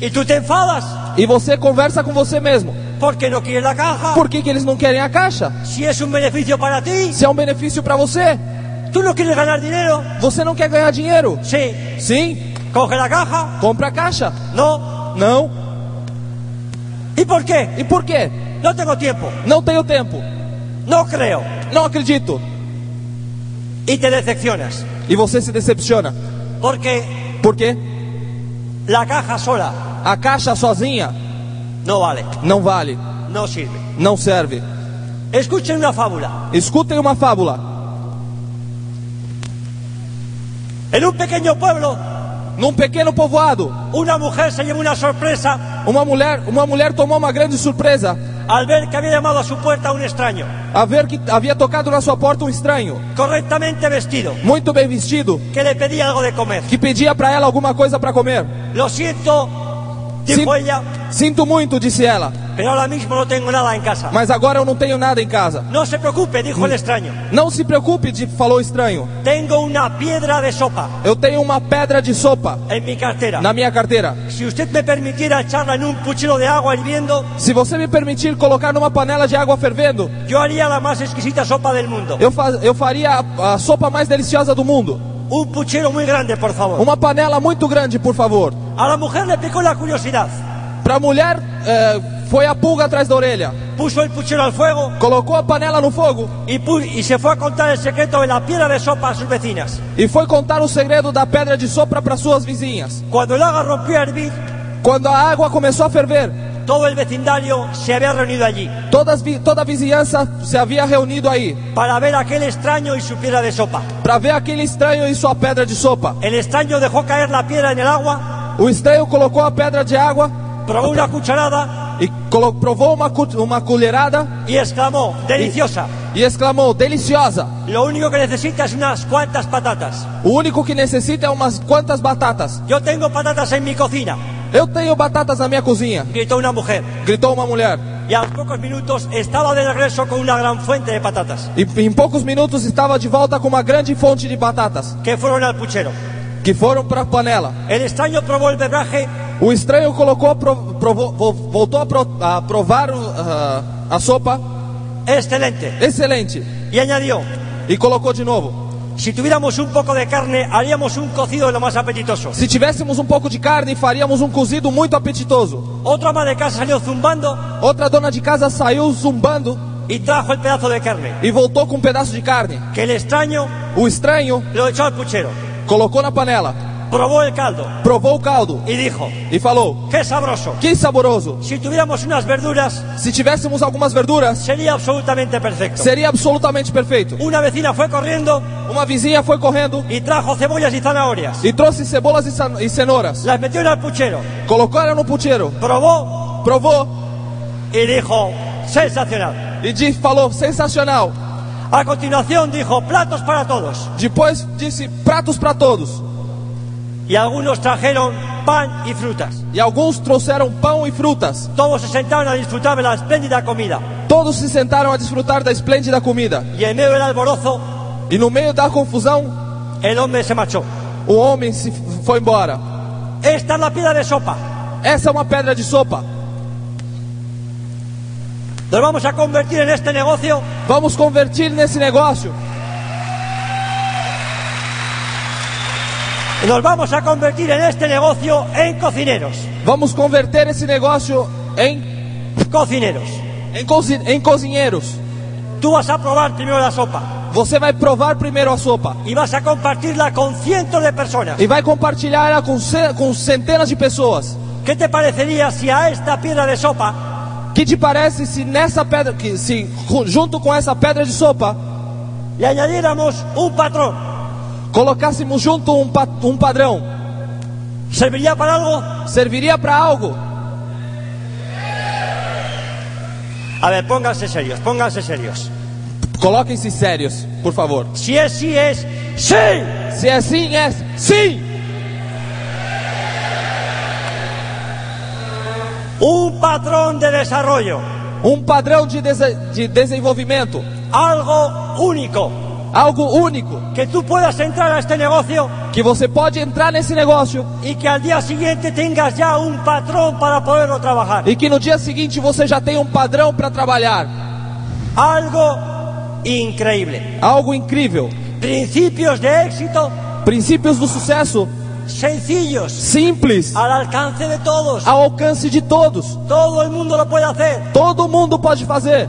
[SPEAKER 2] Y tú te enfadas
[SPEAKER 3] E você conversa com você mesmo.
[SPEAKER 2] porque no quieren la caja.
[SPEAKER 3] Por que, que eles não querem a caixa?
[SPEAKER 2] Si es un beneficio para ti,
[SPEAKER 3] Se é um benefício para você,
[SPEAKER 2] tú no quieres ganar dinero.
[SPEAKER 3] você não quer ganhar dinheiro.
[SPEAKER 2] Sí,
[SPEAKER 3] Sim,
[SPEAKER 2] coge la caja.
[SPEAKER 3] compra a caixa.
[SPEAKER 2] No.
[SPEAKER 3] Não.
[SPEAKER 2] ¿Y por qué?
[SPEAKER 3] E por quê?
[SPEAKER 2] No tengo tiempo.
[SPEAKER 3] Não tenho tempo.
[SPEAKER 2] No creo.
[SPEAKER 3] Não acredito.
[SPEAKER 2] Y te decepcionas.
[SPEAKER 3] E você se decepciona.
[SPEAKER 2] Porque
[SPEAKER 3] Por quê?
[SPEAKER 2] la caja sola
[SPEAKER 3] A caixa sozinha
[SPEAKER 2] no vale.
[SPEAKER 3] não vale,
[SPEAKER 2] No sirve.
[SPEAKER 3] não serve.
[SPEAKER 2] Escuchen una fábula.
[SPEAKER 3] Escutem uma fábula.
[SPEAKER 2] En un pequeño pueblo,
[SPEAKER 3] Num pequeno povoado,
[SPEAKER 2] una mujer se llevó una sorpresa
[SPEAKER 3] uma mulher, uma mulher tomou uma grande surpresa
[SPEAKER 2] al ver que había llamado a su puerta un extraño,
[SPEAKER 3] a ver que havia tocado na sua porta um estranho,
[SPEAKER 2] correctamente vestido,
[SPEAKER 3] muito bem vestido,
[SPEAKER 2] que le pedía algo de comer.
[SPEAKER 3] que pedia para ela alguma coisa para comer.
[SPEAKER 2] Lo siento, dijo
[SPEAKER 3] Sim-
[SPEAKER 2] ella,
[SPEAKER 3] Sinto muito, disse ela,
[SPEAKER 2] pero ahora mismo no tengo nada en casa.
[SPEAKER 3] mas agora eu não tenho nada em casa.
[SPEAKER 2] No se preocupe, dijo el extraño.
[SPEAKER 3] Não se preocupe, di- falou o estranho.
[SPEAKER 2] Tengo una piedra de sopa
[SPEAKER 3] Eu tenho uma pedra de sopa
[SPEAKER 2] en mi cartera.
[SPEAKER 3] na minha carteira.
[SPEAKER 2] Si usted me permitiera echarla en un puchero de agua hirviendo,
[SPEAKER 3] Se você me permitir colocar numa panela de água fervendo,
[SPEAKER 2] yo haría la más exquisita sopa del mundo.
[SPEAKER 3] eu, fa eu faria a, a sopa mais deliciosa do mundo.
[SPEAKER 2] Un puchero muy grande, por favor.
[SPEAKER 3] Uma panela muito grande, por favor.
[SPEAKER 2] A la mujer le picó la curiosidad.
[SPEAKER 3] Pra mulher, é, foi a pulga atrás da orelha.
[SPEAKER 2] Puso el puchero al fuego
[SPEAKER 3] Colocou a panela no fogo
[SPEAKER 2] y, pu- y se fue a contar el secreto de la piedra de sopa a sus vecinas.
[SPEAKER 3] e foi contar o segredo da pedra de sopa para suas vizinhas.
[SPEAKER 2] Cuando el agua rompió a hervir,
[SPEAKER 3] Quando a água começou a ferver,
[SPEAKER 2] todo el vecindario se había reunido allí
[SPEAKER 3] todas vi- toda a vizinhança se havia reunido aí
[SPEAKER 2] para ver a aquel extraño y su piedra de sopa.
[SPEAKER 3] para ver aquele estranho e sua pedra de sopa.
[SPEAKER 2] El extraño dejó caer la piedra en el agua,
[SPEAKER 3] O estranho colocou a pedra de água
[SPEAKER 2] probó una cucharada
[SPEAKER 3] e colo- provou uma, cu- uma colherada
[SPEAKER 2] y exclamó, deliciosa.
[SPEAKER 3] e exclamou: Deliciosa!
[SPEAKER 2] Lo único que necesita es unas cuantas patatas.
[SPEAKER 3] O único que necessita é umas quantas batatas.
[SPEAKER 2] Yo tengo patatas en mi cocina,
[SPEAKER 3] Eu tenho batatas na minha cozinha,
[SPEAKER 2] gritó una mujer.
[SPEAKER 3] gritou uma mulher.
[SPEAKER 2] Y a los pocos minutos estaba de regreso con una gran fuente de patatas,
[SPEAKER 3] E em poucos minutos estava de volta com uma grande fonte de batatas
[SPEAKER 2] que fueron al puchero.
[SPEAKER 3] que foram para a panela.
[SPEAKER 2] El extraño probó el bebraje
[SPEAKER 3] O estranho colocou, pro- provou- vo- voltou a, pro- a provar o- ah, a- a sopa,
[SPEAKER 2] excelente
[SPEAKER 3] excelente,
[SPEAKER 2] y añadió,
[SPEAKER 3] e colocou de novo.
[SPEAKER 2] si tuviéramos un poco de carne haríamos un cocido de lo más apetitoso.
[SPEAKER 3] Se tivéssemos um pouco de carne, faríamos um cozido muito apetitoso.
[SPEAKER 2] Otra ama de casa salió zumbando
[SPEAKER 3] Outra dona de casa saiu zumbando
[SPEAKER 2] y trajo el pedazo de carne,
[SPEAKER 3] e voltou com um pedaço de carne.
[SPEAKER 2] que el extraño
[SPEAKER 3] O estranho
[SPEAKER 2] lo echó al puchero,
[SPEAKER 3] colocou na panela,
[SPEAKER 2] probó el caldo
[SPEAKER 3] provou o caldo
[SPEAKER 2] y dijo,
[SPEAKER 3] e falou:
[SPEAKER 2] ¡qué sabroso!
[SPEAKER 3] Que saboroso!
[SPEAKER 2] Si tuviéramos unas verduras
[SPEAKER 3] Se tivéssemos algumas verduras,
[SPEAKER 2] sería absolutamente perfecto.
[SPEAKER 3] seria absolutamente perfeito.
[SPEAKER 2] Una vecina fue corriendo
[SPEAKER 3] Uma vizinha foi correndo
[SPEAKER 2] y trajo cebollas y zanahorias.
[SPEAKER 3] e trouxe cebolas e, cen- e cenouras.
[SPEAKER 2] Las metió en el puchero,
[SPEAKER 3] Colocou ela no puteiro,
[SPEAKER 2] probó
[SPEAKER 3] provou
[SPEAKER 2] y dijo, sensacional.
[SPEAKER 3] e di- falou sensacional.
[SPEAKER 2] A continuación dijo, platos para todos.
[SPEAKER 3] Depois disse pratos para todos.
[SPEAKER 2] Y algunos trajeron pan y frutas.
[SPEAKER 3] E alguns trouxeram pão e frutas.
[SPEAKER 2] Todos se sentaron a disfrutar de la espléndida comida.
[SPEAKER 3] Todos se sentaram a desfrutar da esplêndida comida.
[SPEAKER 2] Y en medio del alborozo,
[SPEAKER 3] E no meio da confusão,
[SPEAKER 2] el hombre se marchó.
[SPEAKER 3] o homem se foi embora.
[SPEAKER 2] Esta es la piedra de sopa.
[SPEAKER 3] Essa é uma pedra de sopa.
[SPEAKER 2] Nos vamos a convertir en este negocio
[SPEAKER 3] Vamos convertir nesse negócio.
[SPEAKER 2] Nos vamos a convertir en este negocio en cocineros.
[SPEAKER 3] Vamos converter esse negócio em
[SPEAKER 2] Cocineros.
[SPEAKER 3] em, cozi- em cozinheiros.
[SPEAKER 2] Tú vas a probar primero la sopa.
[SPEAKER 3] Você vai provar primeiro a sopa
[SPEAKER 2] y vas a compartirla con cientos de personas.
[SPEAKER 3] e vai compartilhar ela com, ce- com centenas de pessoas.
[SPEAKER 2] ¿Qué te parecería si a esta piedra de sopa
[SPEAKER 3] Que te parece se nessa pedra, que se ju- junto com essa pedra de sopa
[SPEAKER 2] le añadiéramos un patrón?
[SPEAKER 3] colocássemos junto um, pa- um padrão?
[SPEAKER 2] ¿Serviría para algo?
[SPEAKER 3] Serviria para algo?
[SPEAKER 2] A ver, pónganse serios, pónganse serios.
[SPEAKER 3] Coloquem-se sérios, por favor.
[SPEAKER 2] Si es sí, es sí.
[SPEAKER 3] Se é sim, é sim.
[SPEAKER 2] Un patrón de desarrollo,
[SPEAKER 3] Um padrão de, dese- de desenvolvimento,
[SPEAKER 2] algo único.
[SPEAKER 3] algo único
[SPEAKER 2] Que tú puedas entrar a este negocio
[SPEAKER 3] que você pode entrar nesse negócio
[SPEAKER 2] y que al día siguiente tengas ya un patrón para poderlo trabajar.
[SPEAKER 3] e que no dia seguinte você já tem um padrão para trabalhar.
[SPEAKER 2] Algo increíble.
[SPEAKER 3] Algo incrível.
[SPEAKER 2] Principios de éxito
[SPEAKER 3] Princípios do sucesso
[SPEAKER 2] sencillos,
[SPEAKER 3] simples,
[SPEAKER 2] al alcance de todos.
[SPEAKER 3] ao alcance de todos.
[SPEAKER 2] Todo el mundo lo puede hacer.
[SPEAKER 3] Todo mundo pode fazer.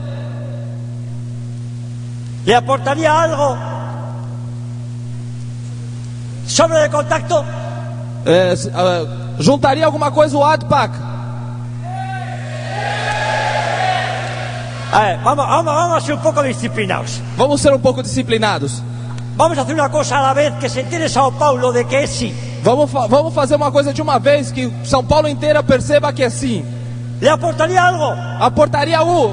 [SPEAKER 2] ¿Le aportaría algo? Sobre de contacto,
[SPEAKER 3] É, s- ah, juntaria alguma coisa o Adpac.
[SPEAKER 2] A ver, vamos, vamos, vamos a ser un poco disciplinados.
[SPEAKER 3] Vamos ser um pouco disciplinados.
[SPEAKER 2] Vamos a hacer una cosa a la vez que se entere Sao Paulo de que es sí.
[SPEAKER 3] Vamos, fa- vamos fazer uma coisa de uma vez que São Paulo inteira perceba que é sim.
[SPEAKER 2] ¿Le aportaría algo?
[SPEAKER 3] A portaria U.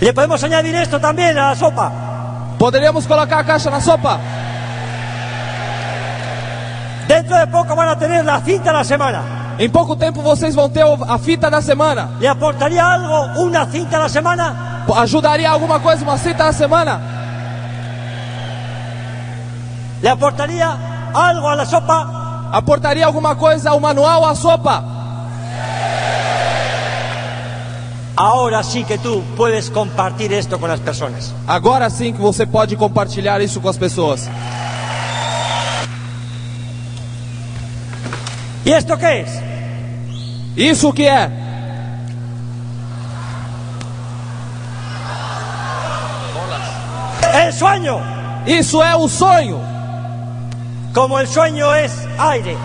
[SPEAKER 2] ¿Le podemos añadir esto también a la sopa?
[SPEAKER 3] Poderíamos colocar a caixa na sopa.
[SPEAKER 2] Dentro de poco van a tener la cinta de la semana.
[SPEAKER 3] Em pouco tempo vocês vão ter o- a fita da semana.
[SPEAKER 2] ¿Le aportaría algo una cinta a la semana?
[SPEAKER 3] P- Ajudaria alguma coisa uma fita da semana?
[SPEAKER 2] ¿Le aportaría algo a la sopa?
[SPEAKER 3] Aportaria alguma coisa o manual à sopa?
[SPEAKER 2] Ahora sí que tú puedes compartir esto con las personas.
[SPEAKER 3] Agora sim que você pode compartilhar isso com as pessoas.
[SPEAKER 2] ¿Y esto qué es?
[SPEAKER 3] Isso que é?
[SPEAKER 2] El sueño.
[SPEAKER 3] Isso é o sonho.
[SPEAKER 2] Como el sueño es aire,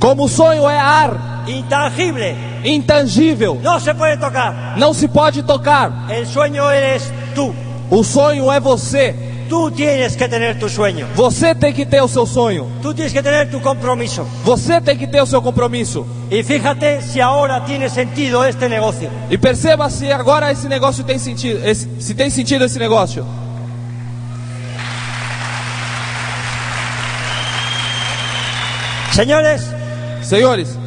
[SPEAKER 3] Como o sonho é ar,
[SPEAKER 2] intangible,
[SPEAKER 3] intangível,
[SPEAKER 2] no se puede tocar.
[SPEAKER 3] não se pode tocar.
[SPEAKER 2] El sueño eres tú.
[SPEAKER 3] O sonho é você.
[SPEAKER 2] Tú tienes que tener tu sueño.
[SPEAKER 3] Você tem que ter o seu sonho.
[SPEAKER 2] Tú tienes que tener tu compromiso.
[SPEAKER 3] Você tem que ter o seu compromisso.
[SPEAKER 2] Y fíjate si ahora tiene sentido este negocio.
[SPEAKER 3] E perceba se agora esse negócio tem sentido, esse- se tem sentido esse negócio.
[SPEAKER 2] Señores,
[SPEAKER 3] Senhores,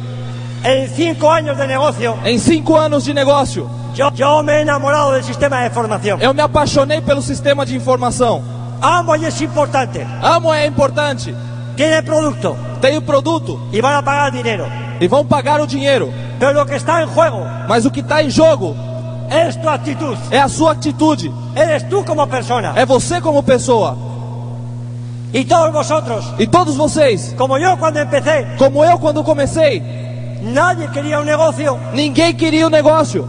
[SPEAKER 2] en cinco años de negocio,
[SPEAKER 3] em cinco anos de negócio,
[SPEAKER 2] yo, yo me he enamorado del sistema de formación.
[SPEAKER 3] eu me apaixonei pelo sistema de informação.
[SPEAKER 2] Amo y es importante.
[SPEAKER 3] Amo é importante.
[SPEAKER 2] Tiene producto
[SPEAKER 3] Tem o produto
[SPEAKER 2] y van a pagar dinero.
[SPEAKER 3] e vão pagar o dinheiro.
[SPEAKER 2] Pero lo que está en juego
[SPEAKER 3] Mas o que está em jogo
[SPEAKER 2] es tu actitud.
[SPEAKER 3] é a sua atitude.
[SPEAKER 2] Eres tú como persona.
[SPEAKER 3] É você como pessoa.
[SPEAKER 2] Y todos vosotros,
[SPEAKER 3] E todos vocês,
[SPEAKER 2] como yo cuando empecé,
[SPEAKER 3] como eu quando comecei,
[SPEAKER 2] nadie quería un negocio.
[SPEAKER 3] ninguém queria o negócio.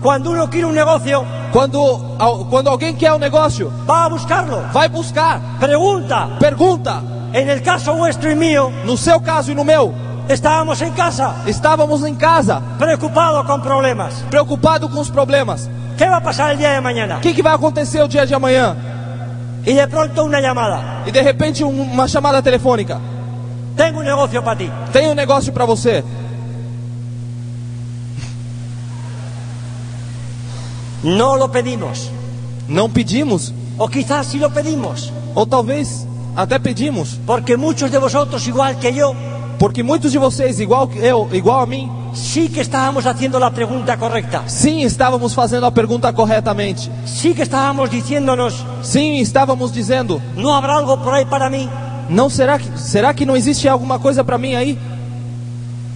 [SPEAKER 2] Cuando uno quiere un negocio,
[SPEAKER 3] Quando, al- quando alguém quer um negócio,
[SPEAKER 2] va a buscarlo.
[SPEAKER 3] vai buscar,
[SPEAKER 2] Pregunta.
[SPEAKER 3] pergunta.
[SPEAKER 2] En el caso vuestro y mío,
[SPEAKER 3] No seu caso e no meu,
[SPEAKER 2] estábamos en casa.
[SPEAKER 3] estávamos em casa,
[SPEAKER 2] preocupado con problemas.
[SPEAKER 3] preocupado com os problemas.
[SPEAKER 2] ¿Qué va a pasar el día de mañana?
[SPEAKER 3] O que, que vai acontecer o dia de amanhã?
[SPEAKER 2] Y de pronto una llamada.
[SPEAKER 3] E de repente um- uma chamada telefônica.
[SPEAKER 2] Tengo un negocio para ti.
[SPEAKER 3] Tem um negócio para você.
[SPEAKER 2] No lo pedimos.
[SPEAKER 3] Não pedimos,
[SPEAKER 2] O quizás sí lo pedimos.
[SPEAKER 3] ou talvez até pedimos,
[SPEAKER 2] Porque muchos de vosotros, igual que yo,
[SPEAKER 3] porque muitos de vocês, igual que eu, igual a mim,
[SPEAKER 2] sí que estábamos haciendo la pregunta correcta.
[SPEAKER 3] sim, estávamos fazendo a pergunta corretamente.
[SPEAKER 2] Sí que estábamos diciéndonos,
[SPEAKER 3] Sim, estávamos dizendo,
[SPEAKER 2] ¿no habrá algo por ahí para mí?
[SPEAKER 3] não será que será que não existe alguma coisa para mim aí?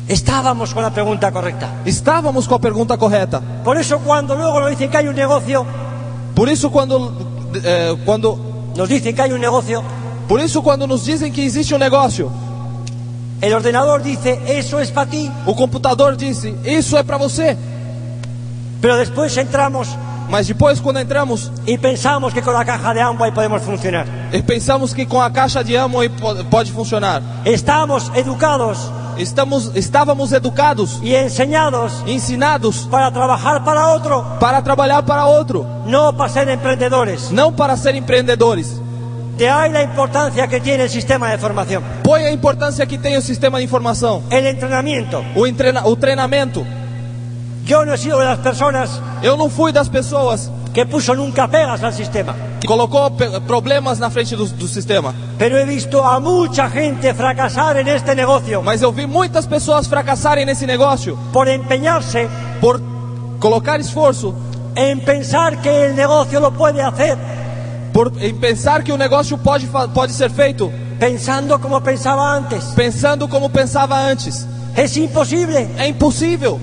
[SPEAKER 2] Estábamos con la pregunta correcta.
[SPEAKER 3] Estávamos com a pergunta correta.
[SPEAKER 2] Por eso cuando luego nos dicen que hay un negocio,
[SPEAKER 3] Por isso quando eh, quando
[SPEAKER 2] nos dicen que hay un negocio,
[SPEAKER 3] por isso quando nos dizem que existe um negócio,
[SPEAKER 2] El ordenador dice, eso es para ti,
[SPEAKER 3] O computador disse: Isso é para você.
[SPEAKER 2] pero después entramos
[SPEAKER 3] Mas depois, quando entramos
[SPEAKER 2] y pensamos que con la caja de Amway podemos funcionar.
[SPEAKER 3] e pensamos que com a caixa de Amway po- pode funcionar,
[SPEAKER 2] Estamos educados
[SPEAKER 3] estamos, estávamos educados,
[SPEAKER 2] y enseñados
[SPEAKER 3] ensinados
[SPEAKER 2] para trabajar para otro,
[SPEAKER 3] para trabalhar para outro,
[SPEAKER 2] no para ser emprendedores.
[SPEAKER 3] não para ser empreendedores.
[SPEAKER 2] De ahí la importancia que tiene el sistema de formación,
[SPEAKER 3] Põe a importância que tem o sistema de informação,
[SPEAKER 2] el entrenamiento.
[SPEAKER 3] o, entrena, o treinamento.
[SPEAKER 2] Yo no he sido de las personas
[SPEAKER 3] Eu não fui das pessoas
[SPEAKER 2] que puso nunca pegas al sistema,
[SPEAKER 3] que colocou pe- problemas na frente do, do sistema,
[SPEAKER 2] pero he visto a mucha gente fracasar en este negocio
[SPEAKER 3] mas eu vi muitas pessoas fracassarem nesse negócio
[SPEAKER 2] por empeñarse
[SPEAKER 3] por colocar esforço,
[SPEAKER 2] en pensar que el negocio lo puede hacer,
[SPEAKER 3] por em pensar que o negócio pode, fa- pode ser feito
[SPEAKER 2] pensando como pensaba antes.
[SPEAKER 3] pensando como pensava antes.
[SPEAKER 2] Es imposible.
[SPEAKER 3] É impossível.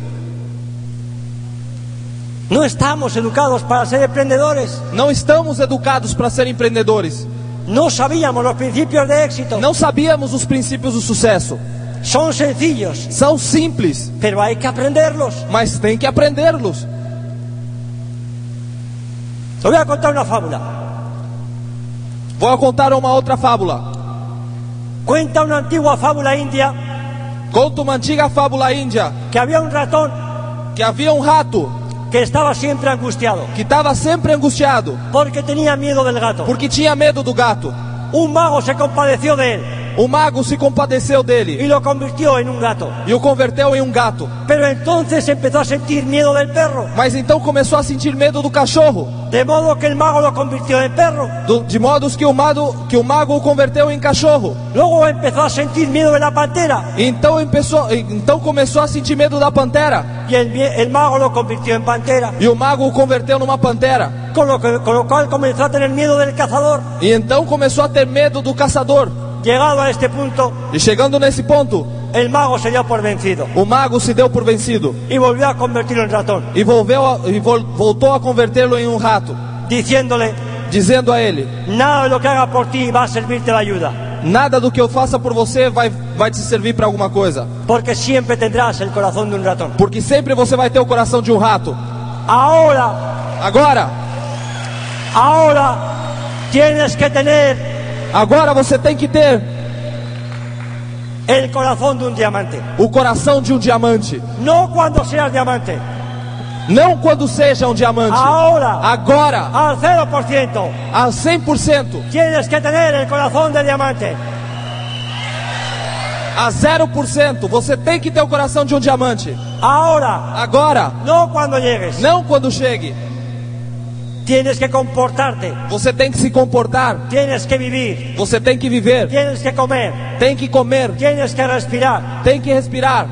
[SPEAKER 2] No estamos educados para ser emprendedores.
[SPEAKER 3] Não estamos educados para ser empreendedores.
[SPEAKER 2] No sabíamos los principios de éxito.
[SPEAKER 3] Não sabíamos os princípios do sucesso.
[SPEAKER 2] Son sencillos,
[SPEAKER 3] São simples,
[SPEAKER 2] pero hay que aprenderlos.
[SPEAKER 3] mas tem que aprendê-los.
[SPEAKER 2] Te voy a contar una fábula.
[SPEAKER 3] Vou contar uma outra fábula.
[SPEAKER 2] Cuenta una antigua fábula india
[SPEAKER 3] Conta uma antiga fábula índia
[SPEAKER 2] que había un ratón
[SPEAKER 3] que havia um rato
[SPEAKER 2] que estaba siempre angustiado
[SPEAKER 3] que estava sempre angustiado
[SPEAKER 2] porque tenía miedo del gato.
[SPEAKER 3] porque tinha medo do gato.
[SPEAKER 2] Un mago se compadeció de él
[SPEAKER 3] O mago se compadeceu
[SPEAKER 2] y
[SPEAKER 3] dele
[SPEAKER 2] lo convirtió en un gato.
[SPEAKER 3] e o converteu em um gato.
[SPEAKER 2] Pero entonces empezó a sentir miedo del perro,
[SPEAKER 3] Mas então começou a sentir medo do cachorro,
[SPEAKER 2] de modo que el mago lo convirtió en perro.
[SPEAKER 3] do- de modos que o, mago, que o mago o converteu em cachorro.
[SPEAKER 2] Luego empezó a sentir miedo de la pantera
[SPEAKER 3] Então, empeçou, então começou a sentir medo da pantera.
[SPEAKER 2] y el, mie- el mago lo convirtió en pantera,
[SPEAKER 3] E o mago o converteu numa pantera.
[SPEAKER 2] con lo, que- con lo cual comenzó a tener miedo del cazador.
[SPEAKER 3] E então começou a ter medo do caçador.
[SPEAKER 2] Llegado a este punto,
[SPEAKER 3] E chegando nesse ponto,
[SPEAKER 2] el mago se dio por vencido
[SPEAKER 3] o mago se deu por vencido
[SPEAKER 2] y volvió a convertirlo en ratón,
[SPEAKER 3] e, volveu a- e vol- voltou a convertê-lo em um rato,
[SPEAKER 2] diciéndole,
[SPEAKER 3] dizendo a ele:
[SPEAKER 2] nada de lo que haga por ti va a servirte la ayuda,
[SPEAKER 3] Nada do que eu faça por você vai, vai te servir para alguma coisa,
[SPEAKER 2] porque siempre tendrás el corazón de un ratón.
[SPEAKER 3] porque sempre você vai ter o coração de um rato.
[SPEAKER 2] Ahora,
[SPEAKER 3] Agora,
[SPEAKER 2] ahora tienes que tener
[SPEAKER 3] agora você tem que ter
[SPEAKER 2] el corazón de un diamante.
[SPEAKER 3] o coração de um diamante,
[SPEAKER 2] No cuando seas diamante,
[SPEAKER 3] não quando seja um diamante.
[SPEAKER 2] ahora,
[SPEAKER 3] Agora,
[SPEAKER 2] al 0%,
[SPEAKER 3] a 100%,
[SPEAKER 2] tienes que tener el corazón de diamante.
[SPEAKER 3] a 0%, você tem que ter o coração de um diamante.
[SPEAKER 2] Ahora,
[SPEAKER 3] Agora,
[SPEAKER 2] no cuando llegues,
[SPEAKER 3] não quando chegue.
[SPEAKER 2] tienes que comportarte,
[SPEAKER 3] Você tem que se comportar,
[SPEAKER 2] tienes que vivir,
[SPEAKER 3] você tem que viver,
[SPEAKER 2] tienes que comer,
[SPEAKER 3] tem que comer,
[SPEAKER 2] tienes que respirar
[SPEAKER 3] tem que respirar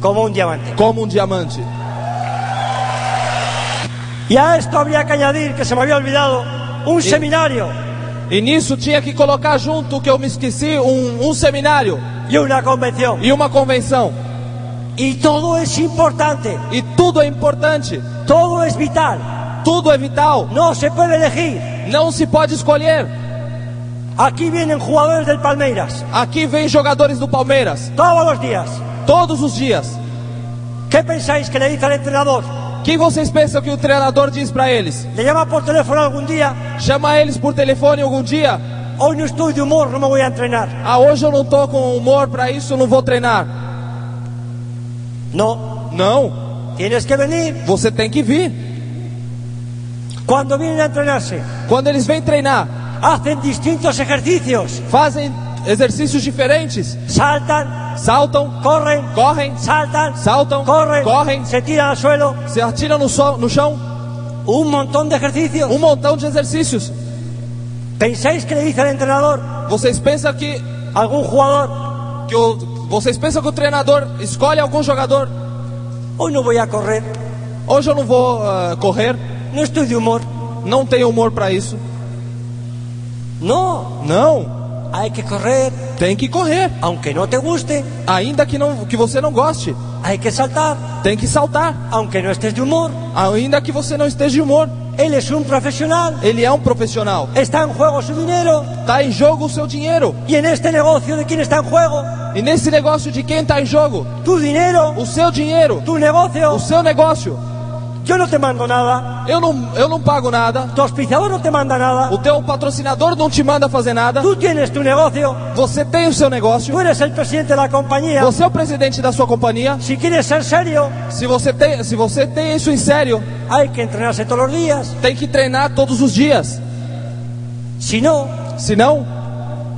[SPEAKER 2] como un diamante.
[SPEAKER 3] como um diamante.
[SPEAKER 2] Y a esto habría que añadir, que se me había olvidado, un seminario
[SPEAKER 3] E nisso tinha que colocar junto o que eu me esqueci, um, um seminário
[SPEAKER 2] y una convención.
[SPEAKER 3] e uma convenção.
[SPEAKER 2] Y todo es importante,
[SPEAKER 3] E tudo é importante,
[SPEAKER 2] todo es vital,
[SPEAKER 3] tudo é vital,
[SPEAKER 2] no se puede elegir.
[SPEAKER 3] não se pode escolher.
[SPEAKER 2] Aquí vienen jugadores del Palmeiras
[SPEAKER 3] Aqui vem jogadores do Palmeiras,
[SPEAKER 2] todos los días.
[SPEAKER 3] todos os dias.
[SPEAKER 2] ¿Qué pensáis que le dice al entrenador?
[SPEAKER 3] Quem vocês pensam que o treinador diz pra eles?
[SPEAKER 2] ¿Le llama por teléfono algún día?
[SPEAKER 3] Chama eles por telefone algum dia?
[SPEAKER 2] Hoy no estoy de humor, no me voy a entrenar.
[SPEAKER 3] Ah, hoje eu não tô com humor pra isso, eu não vou treinar.
[SPEAKER 2] No,
[SPEAKER 3] Não,
[SPEAKER 2] tienes que venir.
[SPEAKER 3] você tem que vir.
[SPEAKER 2] Cuando vienen a entrenarse,
[SPEAKER 3] Quando eles vêm treinar,
[SPEAKER 2] hacen distintos ejercicios.
[SPEAKER 3] fazem exercícios diferentes,
[SPEAKER 2] Saltan,
[SPEAKER 3] saltam,
[SPEAKER 2] corren,
[SPEAKER 3] correm,
[SPEAKER 2] saltan,
[SPEAKER 3] Saltan,
[SPEAKER 2] corren,
[SPEAKER 3] corren.
[SPEAKER 2] se tiran al suelo.
[SPEAKER 3] se atiram no, so- no chão,
[SPEAKER 2] Un montón de ejercicios.
[SPEAKER 3] um montão de exercícios.
[SPEAKER 2] ¿Pensáis que le dice al entrenador,
[SPEAKER 3] Vocês pensam que,
[SPEAKER 2] algún jugador,
[SPEAKER 3] que o, vocês pensam que o treinador escolhe algum jogador?
[SPEAKER 2] hoy no voy a correr,
[SPEAKER 3] Hoje eu não vou ah, correr,
[SPEAKER 2] no estoy de humor?
[SPEAKER 3] não tenho humor pra isso.
[SPEAKER 2] No,
[SPEAKER 3] Não,
[SPEAKER 2] hay que correr,
[SPEAKER 3] tem que correr,
[SPEAKER 2] aunque no te guste.
[SPEAKER 3] ainda que não que você não goste,
[SPEAKER 2] Hay que saltar,
[SPEAKER 3] tem que saltar,
[SPEAKER 2] aunque no estés de humor.
[SPEAKER 3] ainda que você não esteja de humor.
[SPEAKER 2] Él es un profesional,
[SPEAKER 3] Ele é um profissional.
[SPEAKER 2] está en juego su dinero.
[SPEAKER 3] Está em jogo o seu dinheiro.
[SPEAKER 2] Y en este negocio de quién está en juego,
[SPEAKER 3] E nesse negócio de quem está em jogo?
[SPEAKER 2] tu dinero,
[SPEAKER 3] O seu dinheiro.
[SPEAKER 2] tu negocio.
[SPEAKER 3] O seu negócio.
[SPEAKER 2] Yo no te mando nada,
[SPEAKER 3] Eu não, eu não pago nada.
[SPEAKER 2] tu auspiciador no te manda
[SPEAKER 3] O
[SPEAKER 2] nada.
[SPEAKER 3] teu patrocinador não te manda fazer nada.
[SPEAKER 2] Tú tienes tu negocio,
[SPEAKER 3] Você tem o seu negócio.
[SPEAKER 2] tú eres el presidente de la compañía.
[SPEAKER 3] Você é o presidente da sua companhia.
[SPEAKER 2] Si quieres ser serio,
[SPEAKER 3] Se você tem, se você tem isso em sério,
[SPEAKER 2] hay que entrenarse todos los días.
[SPEAKER 3] tem que treinar todos os dias.
[SPEAKER 2] Si no,
[SPEAKER 3] Se não,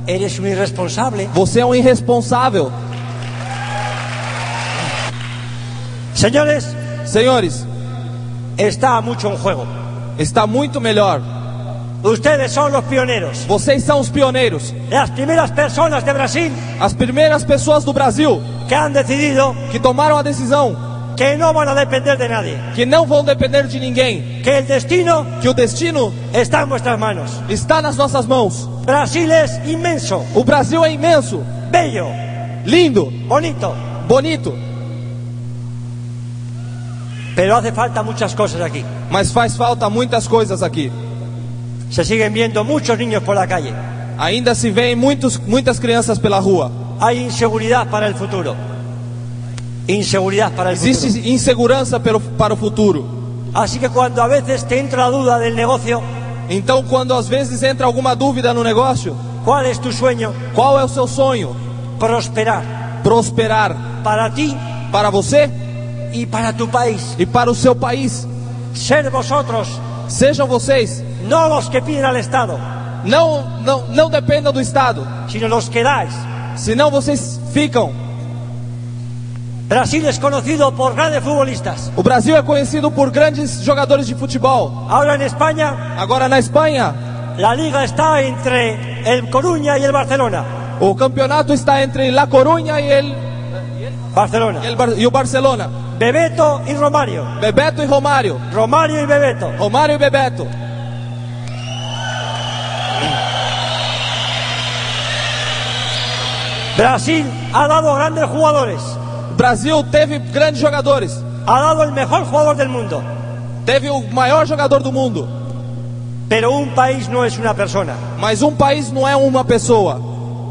[SPEAKER 2] eres un irresponsable.
[SPEAKER 3] você é um irresponsável.
[SPEAKER 2] Señores,
[SPEAKER 3] Senhores,
[SPEAKER 2] está mucho en juego.
[SPEAKER 3] está muito melhor.
[SPEAKER 2] Ustedes son los pioneros,
[SPEAKER 3] Vocês são os pioneiros,
[SPEAKER 2] las primeras personas de Brasil
[SPEAKER 3] as primeiras pessoas do Brasil
[SPEAKER 2] que han decidido
[SPEAKER 3] que tomaram a decisão
[SPEAKER 2] que no van a depender de nadie,
[SPEAKER 3] que não vão depender de ninguém,
[SPEAKER 2] que el destino
[SPEAKER 3] que o destino
[SPEAKER 2] está en vuestras manos.
[SPEAKER 3] está nas nossas mãos.
[SPEAKER 2] Brasil es inmenso,
[SPEAKER 3] O Brasil é imenso,
[SPEAKER 2] bello,
[SPEAKER 3] lindo,
[SPEAKER 2] bonito,
[SPEAKER 3] bonito,
[SPEAKER 2] pero hace falta muchas cosas aquí.
[SPEAKER 3] mas faz falta muitas coisas aqui.
[SPEAKER 2] Se siguen viendo muchos niños por la calle.
[SPEAKER 3] Ainda se vêem muitos, muitas crianças pela rua.
[SPEAKER 2] Hay inseguridad para el futuro. Inseguridad para el
[SPEAKER 3] Existe
[SPEAKER 2] futuro.
[SPEAKER 3] insegurança pelo, para o futuro.
[SPEAKER 2] Así que cuando a veces te entra la duda del negocio,
[SPEAKER 3] Então, quando às vezes entra alguma dúvida no negócio,
[SPEAKER 2] ¿cuál es tu sueño?
[SPEAKER 3] qual é o seu sonho?
[SPEAKER 2] Prosperar
[SPEAKER 3] Prosperar
[SPEAKER 2] para ti
[SPEAKER 3] para você
[SPEAKER 2] y para tu país.
[SPEAKER 3] e para o seu país.
[SPEAKER 2] Ser vosotros,
[SPEAKER 3] Sejam vocês,
[SPEAKER 2] no los que piden al Estado,
[SPEAKER 3] não, não, não dependam do Estado,
[SPEAKER 2] sino los que dais.
[SPEAKER 3] senão vocês ficam.
[SPEAKER 2] Brasil es conocido por grandes futbolistas.
[SPEAKER 3] O Brasil é conhecido por grandes jogadores de futebol.
[SPEAKER 2] Ahora en España,
[SPEAKER 3] Agora na Espanha,
[SPEAKER 2] la liga está entre el Coruña y el Barcelona.
[SPEAKER 3] o campeonato está entre La Coruña e, el,
[SPEAKER 2] Barcelona.
[SPEAKER 3] e, el Bar- e o Barcelona.
[SPEAKER 2] Bebeto y Romario.
[SPEAKER 3] Bebeto e Romário.
[SPEAKER 2] Romario y Bebeto.
[SPEAKER 3] Romário e Bebeto.
[SPEAKER 2] Brasil ha dado grandes jugadores.
[SPEAKER 3] O Brasil teve grandes jogadores.
[SPEAKER 2] Ha dado el mejor jugador del mundo.
[SPEAKER 3] Teve o maior jogador do mundo.
[SPEAKER 2] Pero un país no es una persona.
[SPEAKER 3] Mas um país não é uma pessoa.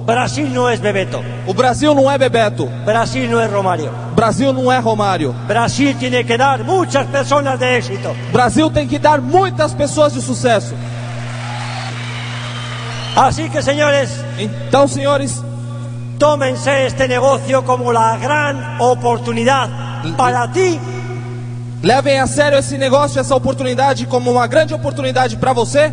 [SPEAKER 2] Brasil no es Bebeto.
[SPEAKER 3] O Brasil não é Bebeto.
[SPEAKER 2] Brasil no es Romario.
[SPEAKER 3] O Brasil não é Romário.
[SPEAKER 2] Brasil tiene que dar muchas personas de éxito.
[SPEAKER 3] O Brasil tem que dar muitas pessoas de sucesso.
[SPEAKER 2] Así que, señores,
[SPEAKER 3] Então, senhores,
[SPEAKER 2] tómense este negocio como la gran oportunidad para ti
[SPEAKER 3] levem a sério esse negócio, essa oportunidade como uma grande oportunidade para você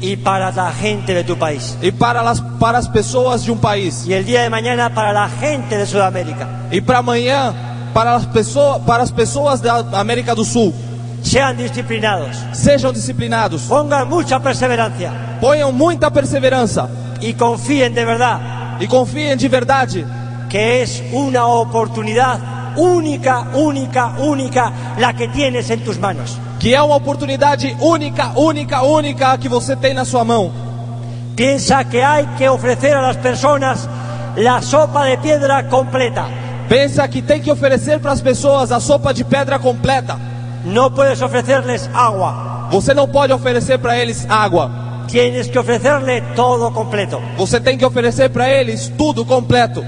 [SPEAKER 2] y para la gente de tu país.
[SPEAKER 3] e para as, para as pessoas de um país.
[SPEAKER 2] Y el día de mañana para la gente de Sudamérica.
[SPEAKER 3] E para amanhã, para as, pessoa, para as pessoas da América do Sul.
[SPEAKER 2] Sean disciplinados.
[SPEAKER 3] Sejam disciplinados,
[SPEAKER 2] Pongan mucha perseverancia
[SPEAKER 3] ponham muita perseverança
[SPEAKER 2] y confíen de verdad
[SPEAKER 3] e confiem de verdade
[SPEAKER 2] que es una oportunidad única, única, única la que tienes en tus manos.
[SPEAKER 3] que é uma oportunidade única, única, única que você tem na sua mão.
[SPEAKER 2] Piensa que hay que ofrecer a las personas la sopa de piedra completa.
[SPEAKER 3] Pensa que tem que oferecer para as pessoas a sopa de pedra completa.
[SPEAKER 2] No puedes ofrecerles agua,
[SPEAKER 3] Você não pode oferecer para eles água.
[SPEAKER 2] tienes que ofrecerle todo completo.
[SPEAKER 3] Você tem que oferecer para eles tudo completo.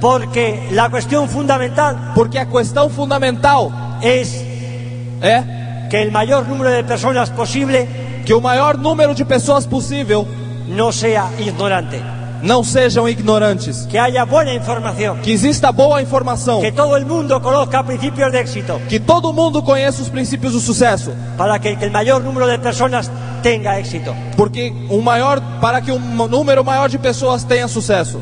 [SPEAKER 2] Porque la cuestión fundamental
[SPEAKER 3] Porque a questão fundamental
[SPEAKER 2] es
[SPEAKER 3] é
[SPEAKER 2] que el mayor número de personas posible
[SPEAKER 3] que o maior número de pessoas possível
[SPEAKER 2] no sea ignorante.
[SPEAKER 3] não sejam ignorantes.
[SPEAKER 2] Que haya buena información,
[SPEAKER 3] Que exista boa informação.
[SPEAKER 2] que todo el mundo conozca principios de éxito.
[SPEAKER 3] Que todo mundo conheça os princípios do sucesso.
[SPEAKER 2] para que el mayor número de personas tenga éxito.
[SPEAKER 3] Porque o maior, para que um número maior de pessoas tenha sucesso.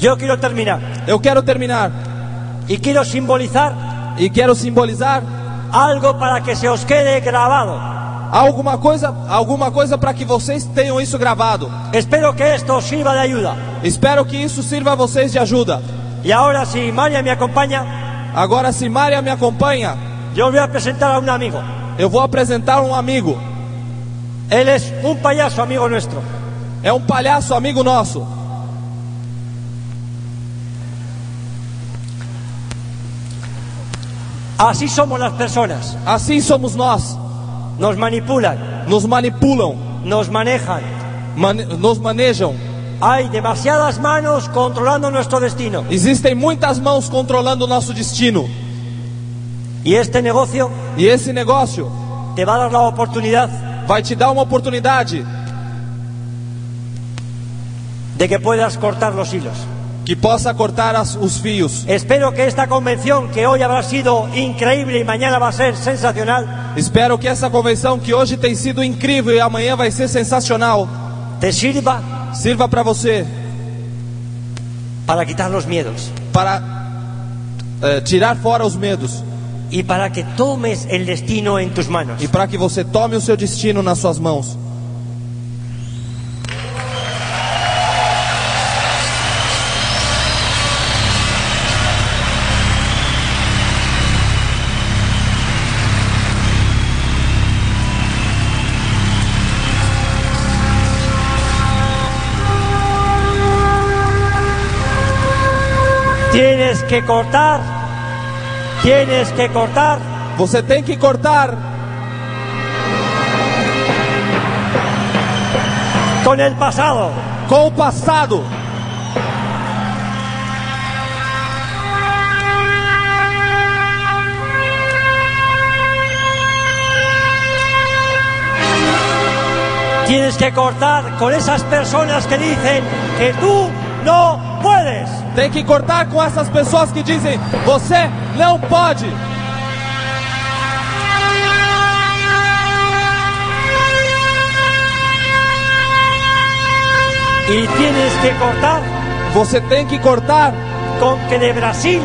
[SPEAKER 2] Yo quiero terminar
[SPEAKER 3] Eu quero terminar
[SPEAKER 2] y quiero simbolizar
[SPEAKER 3] e quero simbolizar
[SPEAKER 2] algo para que se os quede grabado.
[SPEAKER 3] alguma coisa, alguma coisa para que vocês tenham isso gravado.
[SPEAKER 2] Espero que esto os sirva de ayuda.
[SPEAKER 3] Espero que isso sirva a vocês de ajuda.
[SPEAKER 2] Y ahora si María me acompaña,
[SPEAKER 3] Agora, se Maria me acompanha,
[SPEAKER 2] yo voy a presentar a un amigo.
[SPEAKER 3] eu vou apresentar um amigo.
[SPEAKER 2] Él es un payaso amigo nuestro.
[SPEAKER 3] É um palhaço amigo nosso.
[SPEAKER 2] Así somos las personas.
[SPEAKER 3] Assim somos nós.
[SPEAKER 2] Nos manipulan,
[SPEAKER 3] Nos manipulam,
[SPEAKER 2] nos manejan.
[SPEAKER 3] mane- nos manejam.
[SPEAKER 2] Hay demasiadas manos controlando nuestro destino.
[SPEAKER 3] Existem muitas mãos controlando o nosso destino.
[SPEAKER 2] Y este negocio
[SPEAKER 3] E esse negócio
[SPEAKER 2] te va a dar la oportunidad
[SPEAKER 3] vai te dar uma oportunidade
[SPEAKER 2] de que puedas cortar los hilos.
[SPEAKER 3] que possa cortar as- os fios.
[SPEAKER 2] Espero que esta convención, que hoy habrá sido increíble y mañana va a ser sensacional,
[SPEAKER 3] Espero que essa convenção que hoje tem sido incrível e amanhã vai ser sensacional,
[SPEAKER 2] te sirva
[SPEAKER 3] sirva para você
[SPEAKER 2] para quitar los miedos
[SPEAKER 3] para eh, tirar fora os medos
[SPEAKER 2] y para que tomes el destino en tus manos.
[SPEAKER 3] e para que você tome o seu destino nas suas mãos.
[SPEAKER 2] Tienes que cortar, tienes que cortar
[SPEAKER 3] Você tem que cortar
[SPEAKER 2] con el pasado.
[SPEAKER 3] com o passado.
[SPEAKER 2] Tienes que cortar con esas personas que dicen que tú no puedes.
[SPEAKER 3] Tem que cortar com essas pessoas que dizem: você não pode.
[SPEAKER 2] Y tienes que cortar
[SPEAKER 3] Você tem que cortar
[SPEAKER 2] con que de Brasil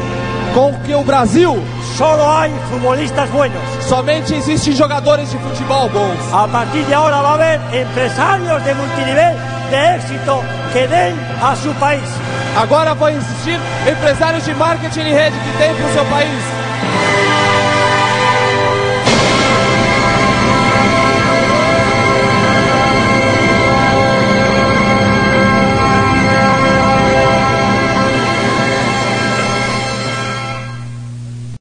[SPEAKER 3] com que o Brasil
[SPEAKER 2] solo hay futbolistas buenos.
[SPEAKER 3] somente existe jogadores de futebol bons.
[SPEAKER 2] A partir de ahora va a haber empresarios de multinivel de éxito que den a su país.
[SPEAKER 3] Agora vai existir empresários de marketing e rede que tem para o seu país.